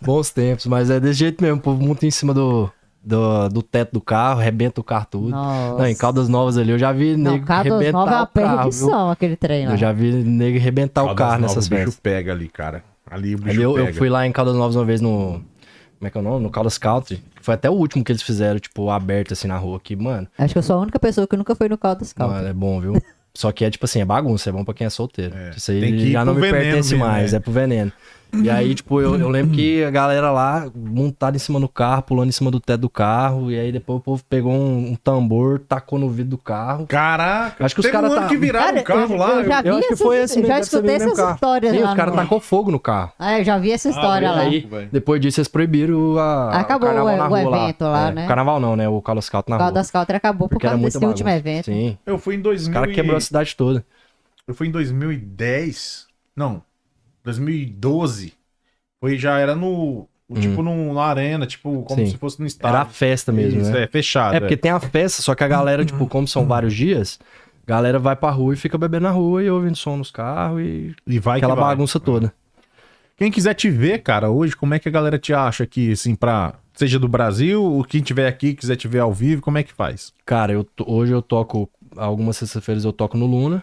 Bons tempos, mas é desse jeito mesmo. O povo muito em cima do, do, do teto do carro, rebenta o carro tudo.
Nossa.
Não, em Caldas Novas ali, eu já vi
Não,
nego
cada
rebentar
nova é uma
o carro. viu?
perdição aquele trem lá.
Eu já vi nego rebentar o carro nessas
O bicho
festas.
pega ali, cara. Ali o bicho
Ali eu, eu
pega.
fui lá em Caldas Novas uma vez no... Como é que é o nome? No Caldas Country. Foi até o último que eles fizeram, tipo, aberto assim na rua aqui, mano.
Acho que eu sou a única pessoa que nunca foi no Caldas Caldas.
Mano, é bom, viu? Só que é tipo assim, é bagunça, é bom pra quem é solteiro. Isso
tem que
aí
ir
já não
pro
me
veneno
pertence
mesmo,
mais,
né?
é pro veneno. E aí, tipo, eu, eu lembro que a galera lá montada em cima do carro, pulando em cima do teto do carro. E aí depois o povo pegou um, um tambor, tacou no vidro do carro.
Caraca,
Acho que os
teve
cara
um ano
tá-
que viraram o carro
eu,
lá.
eu já
eu-
vi
eu acho que
essas-
foi esse
eu
mesmo,
já
deve ser
escutei
mesmo
essas
carro.
histórias
Sim,
lá.
os caras
no-
tacou fogo no carro.
Ah, eu já vi essa história
Ah,
lá. Ah,
velho,
é. Aí, depois disso, eles proibiram a,
Acabou
o carnaval
o-
na
o
rua lá.
evento lá,
É,
né?
O carnaval não, né? O Carlos Calto na
O Caldo
rua.
das Caldas acabou por
Porque era
causa
muito
desse último
bagunça.
evento.
Sim.
Eu fui em
Os
2000
caras quebrou
e-
a cidade toda.
Eu fui em 2010. Não, 2012. Foi já era no tipo num- na arena, tipo como
Hum. Sim.
se fosse no estádio.
Era a festa mesmo,
Isso,
né?
é fechado.
É, porque tem a festa, só que a galera, tipo, como são vários dias, a galera vai pra rua e fica bebendo na rua e ouvindo som nos carros e
E vai que
aquela
vai.
bagunça toda.
Quem quiser te ver, cara, hoje, como é que a galera te acha aqui, assim, pra. Seja do Brasil, ou quem tiver aqui, quiser te ver ao vivo, como é que faz?
Cara, eu to- hoje eu toco, algumas sextas-feiras eu toco no Luna.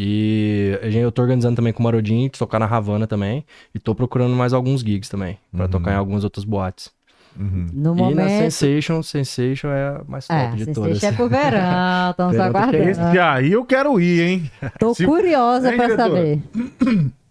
E a gente- eu tô organizando também com o Marodinho, tocar na Havana também. E tô procurando mais alguns gigs também, pra
Uhum.
tocar em algumas outras boates.
No
e na
momento.
Sensation, Sensation é a mais top
Ah,
de
vocês
todas.
deixam pro verão, estamos
Verão tá
Esse
aguardando.
aí eu quero ir, hein?
Tô
Se-
curiosa
Hein,
pra
diretora?
saber.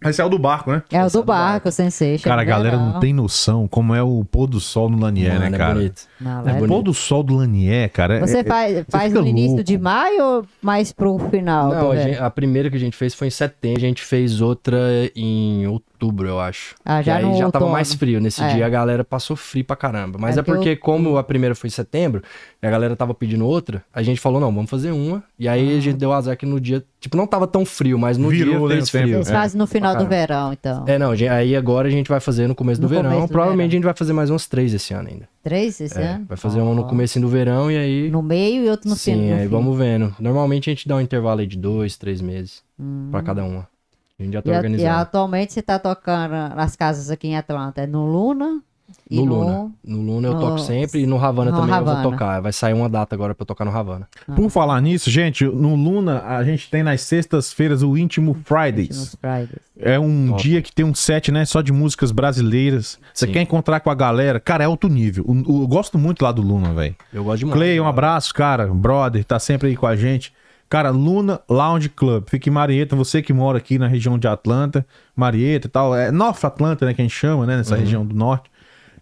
Esse é o do barco, né?
É o
Essa
do
do barco.
barco, Sensei.
Cara, a galera não tem noção como é o pôr do sol no Lanier,
Mano,
né,
é
cara?
bonito.
Não,
É
o
é
pôr
bonito.
do sol do Lanier, cara.
Você
é-
faz, faz
fica
no início
louco.
de maio ou mais pro final? do
Não, a,
verão?
gente- a primeira que a gente fez foi em setembro, a gente fez outra em outubro, eu acho.
Ah, já
e aí
no
já tava
outono.
mais frio. Nesse
É.
dia a galera passou frio pra caramba. Mas
É
é,
porque
porque, como a primeira foi em setembro, e a galera tava pedindo outra, a gente falou, não, vamos fazer uma. E aí
Ah.
a gente deu azar que no dia, tipo, não tava tão frio, mas no
Virou, né,
dia
o
fez
tempo.
frio.
Vocês fazem no final do
é. caramba.
verão, então.
É, não, a gente- aí agora a gente vai fazer no começo
No
do verão.
começo do
Provavelmente
verão.
a gente vai fazer mais uns três esse ano ainda.
Três esse ano?
Vai fazer um no
Ó.
comecinho do verão e aí.
No meio e outro no
Sim,
fim. no
aí
fim.
vamos vendo. Normalmente a gente dá um intervalo aí de dois, três meses pra cada uma. A gente já tá
Hum. E, a- e
organizando.
atualmente você tá tocando nas casas aqui em Atlanta. É no Luna e
No
no...
Luna. No Luna eu toco
no-
sempre e no Havana
no
também eu
Havana.
vou tocar. Vai sair uma data agora pra eu tocar no Havana.
Por falar nisso, gente, no Luna a gente tem nas sextas-feiras o Íntimo
nos
Fridays.
Fridays.
É um
Top.
dia que tem um set, né, só de músicas brasileiras. Você
Sim.
quer encontrar com a galera? Cara, é alto nível. O- o- Eu, gosto muito lá do Luna, velho.
Eu gosto demais.
Clay, um abraço, cara. Brother, tá sempre aí com a gente. Cara, Luna Lounge Club. Fica em Marieta, você que mora aqui na região de Atlanta, Marieta e tal. É North Atlanta, né, que a gente chama, né, nessa região do norte.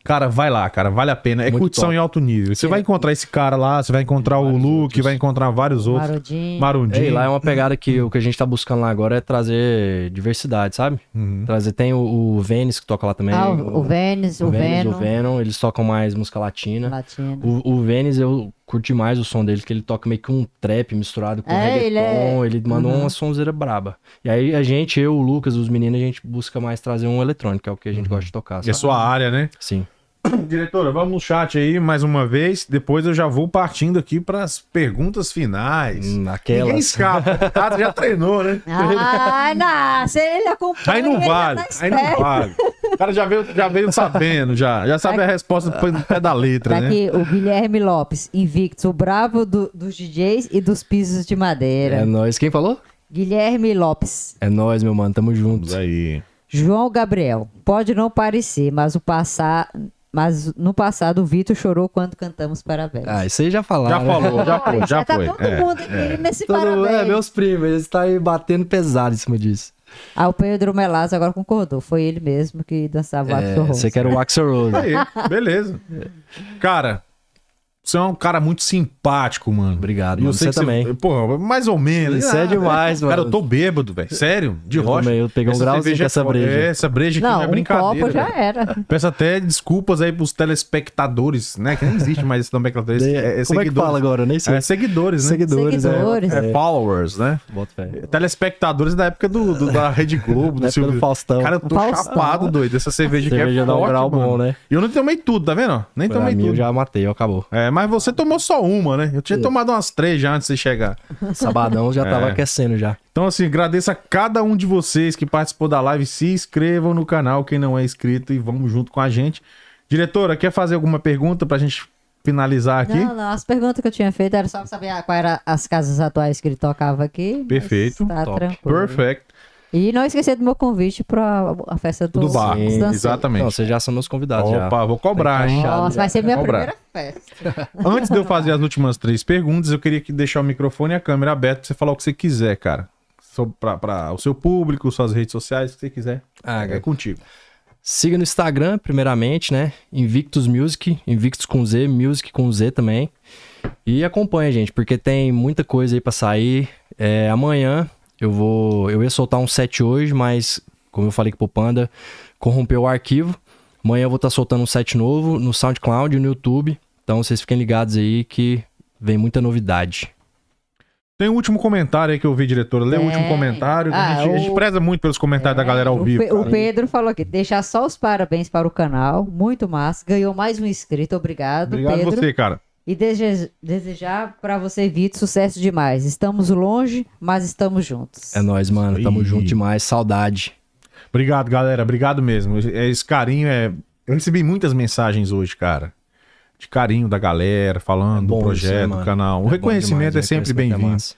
Cara, vai lá, cara, vale a pena. É
Uhum. Muito
curtição
top. É.
em alto nível. Você vai encontrar esse cara lá, você vai encontrar o Luke, vai encontrar vários outros.
Marudinho.
Marundinho.
É, e lá é uma pegada que o que a gente tá buscando lá agora é trazer diversidade, sabe?
Uhum.
Trazer tem o, o Vênis que toca lá também.
Ah, o, o Vênus, o,
Vênis,
Venom.
o Venom, eles tocam mais música latina.
Latino.
O, o Vênis, eu curti mais o som dele, que ele toca meio que um trap misturado com
É, ele
reggaeton.
é-
Ele, mandou uma sonzeira braba. E aí a gente, eu, o Lucas, os meninos, a gente busca mais trazer um eletrônico, que é o que a gente gosta de tocar.
É
sabe?
sua área, né?
Sim.
Diretora, vamos no chat aí mais uma vez. Depois eu já vou partindo aqui para as perguntas finais.
Hum,
Ninguém
Aquelas.
escapa. O Tato já treinou, né?
Ah, não, se ele acompanha.
Aí não
ele já
vale.
tá
Aí não
esperto.
vale. O cara já veio, já veio sabendo, já. Já sabe a resposta no pé da letra,
Tá
né?
aqui o Guilherme Lopes, Invictus, o bravo do- dos DJs e dos pisos de madeira.
É nóis. Quem falou?
Guilherme Lopes,
É nóis, meu mano. Tamo junto.
Aí.
João Gabriel, pode não parecer, mas o passar, mas no passado o Vitor chorou quando cantamos parabéns.
Ah, isso aí já falaram.
Já falou, já foi, já
né? tá
foi.
todo
É.
mundo aqui nesse
Todo mundo-
parabéns.
é, meus primos, eles estão aí batendo pesado em cima disso.
Ah, o Pedro Melas agora concordou, foi ele mesmo que dançava o
É,
Axl Rose.
você quer o Axel Rose.
Aí, beleza. Cara, você é um cara muito simpático, mano.
Obrigado,
E eu
mano.
sei
Você
que
também.
Pô, mais ou menos.
Você é
Ah,
demais,
Cara, eu
mano.
tô bêbado, velho. Sério? De
Eu
rocha.
também, eu peguei um grauzinho
cerveja
com
é
essa
foda.
breja.
É, essa breja aqui não,
Não,
é
um
brincadeira.
copo já
velho.
era.
Peço até desculpas aí pros telespectadores, né? Que nem existe mais esse nomenclatura.
De- Como é que fala agora? Eu nem sei.
É seguidores, né?
Seguidores, né?
Seguidores.
É, followers, né?
Bota fé.
Telespectadores da época do, do- da Rede Globo,
Da
do
época
Silvio.
do Faustão.
Cara, eu tô
Faustão.
chapado, doido. Essa cerveja aqui
Cerveja
é
dá um
forte,
grau
mano.
bom, né?
E eu não tomei tudo, tá vendo? Nem
Pra
tomei
mim, eu
tudo.
já É. matei, ó, acabou.
É, mas você tomou só uma, né? Eu tinha tomado umas três já antes de você chegar.
Sabadão já tava
É.
aquecendo já.
Então, assim, agradeço a cada um de vocês que participou da live. Se inscrevam no canal, quem não é inscrito, e vamos junto com a gente. Diretora, quer fazer alguma pergunta pra gente finalizar aqui?
Não, não, as perguntas que eu tinha feito era só pra saber ah, qual era as casas atuais que ele tocava aqui. mas
Perfeito.
Tá
Top.
tranquilo.
Perfect.
E não esquecer do meu convite pra a festa do,
Do barco.
dos danceiros.
Exatamente.
Não, vocês já são meus convidados Tá, já.
Opa, vou cobrar, hein?
Fechado
Nossa,
já.
vai ser minha
Vou cobrar.
primeira festa.
Antes de eu fazer as últimas três perguntas, eu queria que deixar o microfone e a câmera aberta pra você falar o que você quiser, cara. Sobre- Pra, pra o seu público, suas redes sociais, o que você quiser.
Ah,
é
cara.
contigo.
Siga no Instagram, primeiramente, né? Invictus Music, Invictus com Z, Music com Z também. E acompanha, gente, porque tem muita coisa aí pra sair. É, amanhã eu vou. Eu ia soltar um set hoje, mas, como eu falei com o Panda, corrompeu o arquivo. Amanhã eu vou estar soltando um set novo no SoundCloud e no YouTube. Então vocês fiquem ligados aí que vem muita novidade.
Tem um último comentário aí que eu vi, diretora. Lê o
Tem.
último comentário. que a,
Ah,
gente, a gente
o- É.
preza muito pelos comentários da galera ao
O,
vivo.
Pe- o
cara.
Pedro falou aqui, deixar só os parabéns para o canal, muito massa. Ganhou mais um inscrito, obrigado,
Obrigado
Pedro.
você, cara.
E dese- desejar para você, Vitor, sucesso demais. Estamos longe, mas estamos juntos.
É nóis, mano. Tamo
Ih.
junto demais. Saudade.
Obrigado, galera. Obrigado mesmo. É, Esse carinho é. Eu recebi muitas mensagens hoje, cara. De carinho da galera, falando
Bom
do
isso,
projeto,
né,
do
mano?
canal. O
É bom
reconhecimento
demais,
é sempre
reconhecimento é
bem-vindo.
massa.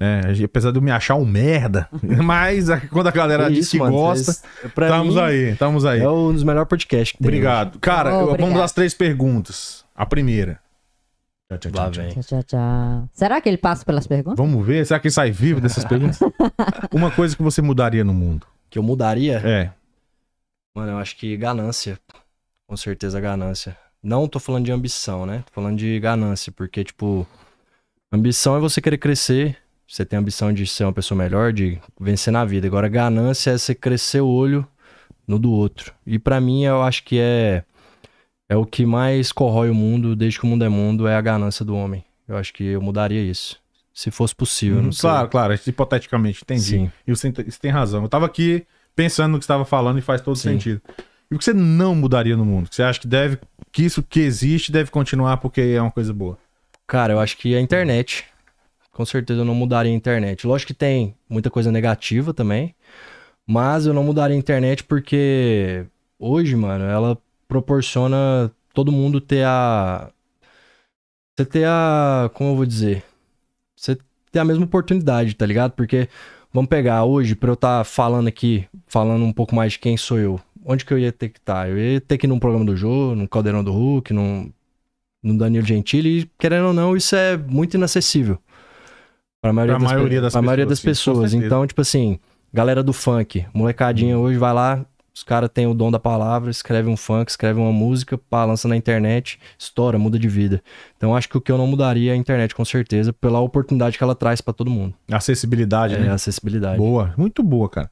né? Apesar de eu me achar um merda. Mas a- quando a galera
É
diz
isso,
que
mano.
gosta,
É- pra
estamos
mim,
aí, estamos aí.
É um dos melhores podcasts que tem.
Obrigado. Cara,
Oh,
eu- vamos
obrigado.
às três perguntas. A primeira. Tchau, tchau,
hoje. Lá
tchau, tchau.
vem.
Tchau, tchau, tchau. Será que ele passa pelas perguntas?
Vamos ver. Será que sai vivo dessas perguntas? Uma coisa que você mudaria no mundo.
Que eu mudaria?
É.
Mano, eu acho que ganância. Com certeza ganância. Não tô falando de ambição, né? Tô falando de ganância, porque, tipo, ambição é você querer crescer. Você tem a ambição de ser uma pessoa melhor, de vencer na vida. Agora, ganância é você crescer o olho no do outro. E pra mim, eu acho que é, é o que mais corrói o mundo, desde que o mundo é mundo, é a ganância do homem. Eu acho que eu mudaria isso. Se fosse possível, não sei.
Uhum, claro, claro. Hipoteticamente, entendi.
Sim.
E você tem- você tem razão. Eu tava aqui pensando no que você estava falando e faz todo
Sim.
sentido. E o que você não mudaria no mundo? Que você acha que deve. Que isso que existe deve continuar porque é uma coisa boa.
Cara, eu acho que a internet. Com certeza eu não mudaria a internet. Lógico que tem muita coisa negativa também, mas eu não mudaria a internet porque hoje, mano, ela proporciona todo mundo ter a. Você ter a. Como eu vou dizer? Você ter a mesma oportunidade, tá ligado? Porque vamos pegar hoje, pra eu estar falando aqui, falando um pouco mais de quem sou eu. Onde que eu ia ter que estar? Eu ia ter que ir num programa do Jô, num Caldeirão do Hulk, num, no Danilo Gentili, e, querendo ou não, isso é muito inacessível. Para a maioria,
Pra
das,
maioria
pe-
das
pra maioria
pessoas,
das
sim, com
pessoas.
certeza. Uhum.
Então, tipo assim, galera do funk, molecadinha hoje vai lá, os caras têm o dom da palavra, escreve um funk, escreve uma música, pá, lança na internet, estoura, muda de vida. Então, acho que o que eu não mudaria é a internet, com certeza, pela oportunidade que ela traz para todo mundo.
Acessibilidade,
É
né?
a acessibilidade.
Boa, muito boa, cara.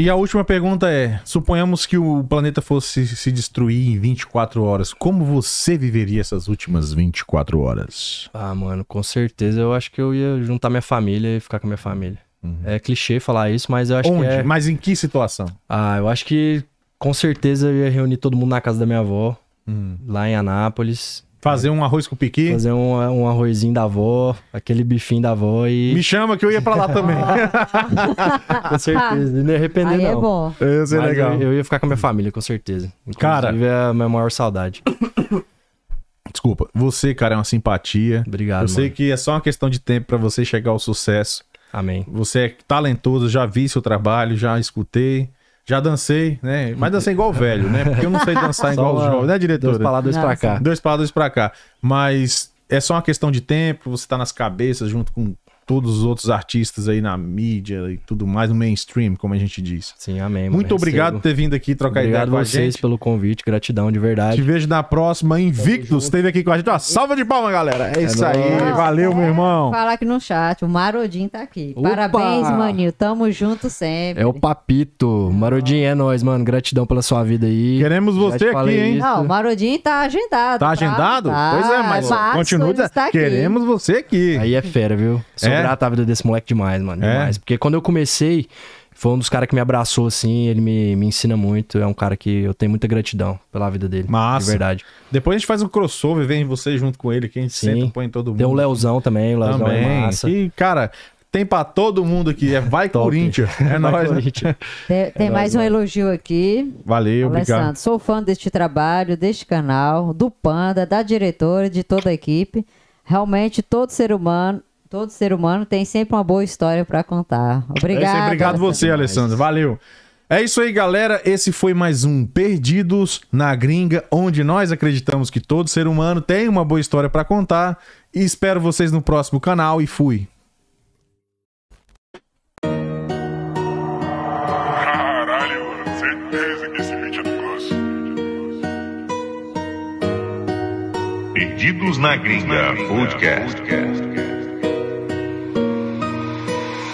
E a última pergunta é: suponhamos que o planeta fosse se destruir em 24 horas, como você viveria essas últimas 24 horas?
Ah, mano, com certeza eu acho que eu ia juntar minha família e ficar com a minha família.
Uhum.
É clichê falar isso, mas eu acho
Onde?
que é...
Mas em que situação?
Ah, eu acho que com certeza eu ia reunir todo mundo na casa da minha avó, lá em Anápolis.
Fazer um arroz com piqui?
Fazer um, um arrozinho da avó, aquele bifinho da avó e.
Me chama que eu ia pra lá também.
Com certeza, não ia arrepender,
Aí
não.
é bom.
eu
Mas Eu, eu ia ficar com a minha família, com certeza. Inclusive,
Cara.
é a minha maior saudade.
Desculpa, você, cara, é uma simpatia.
Obrigado,
eu sei
mano.
que é só uma questão de tempo pra você chegar ao sucesso.
Amém.
Você é talentoso, já vi seu trabalho, já escutei, já dancei, né? Mas dancei igual velho, né? Porque eu não sei dançar
Só
igual os
uma-
jovens, né, diretora?
Dois pra lá, dois
Não,
pra cá.
Dois pra lá, dois pra cá. Mas é só uma questão de tempo, você tá nas cabeças junto com todos os outros artistas aí na mídia e tudo mais, no mainstream, como a gente diz.
Sim, amém, mano.
Muito obrigado por
Recebo.
ter vindo aqui trocar
Obrigado
ideia com a
vocês
gente.
pelo convite, gratidão de
Te
verdade.
vejo na próxima. Invictus esteve aqui com a gente. Uma salva de palmas, galera. É isso aí.
nóis.
Valeu, meu irmão.
Falar aqui no chat, o Marodinho tá aqui.
Opa!
Parabéns, Maninho. Tamo junto sempre.
É o Papito. Marodinho é nóis, mano. Gratidão pela sua vida aí.
Queremos
Já
você
te
aqui,
falei
hein?
isso.
Não, o Marodinho tá
Tá
agendado. pra-
agendado?
Tá,
Pois é, mas
março
continua.
ele está aqui.
Queremos você aqui.
Aí é fera, viu? Sou
É?
grato à vida desse moleque demais, mano.
É?
Demais. Porque quando eu comecei, foi um dos caras que me abraçou, assim, ele me, me ensina muito. É um cara que eu tenho muita gratidão pela vida dele.
Massa.
De verdade.
Depois a gente faz um crossover, vem você junto com ele, que a gente
Sim.
senta, põe todo mundo.
Tem o Leozão também, o Leozão é
Também.
massa.
E, cara, tem pra todo mundo aqui. É vai
Top.
Corinthians. É nóis. né?
Corinthians.
Tem, tem mais um elogio aqui.
Valeu, obrigado.
Alessandro, sou fã deste trabalho, deste canal, do Panda, da diretora, de toda a equipe. Realmente, todo ser humano, todo ser humano tem sempre uma boa história para
É
contar.
isso aí,
Obrigado.
obrigado
Alessandro.
você, Alessandro. Valeu. É isso aí, galera. Esse foi mais um Perdidos na Gringa, onde nós acreditamos que todo ser humano tem uma boa história pra contar. E espero vocês no próximo canal e fui.
Caralho, mano, certeza que é isso um é Perdidos na Gringa Podcast.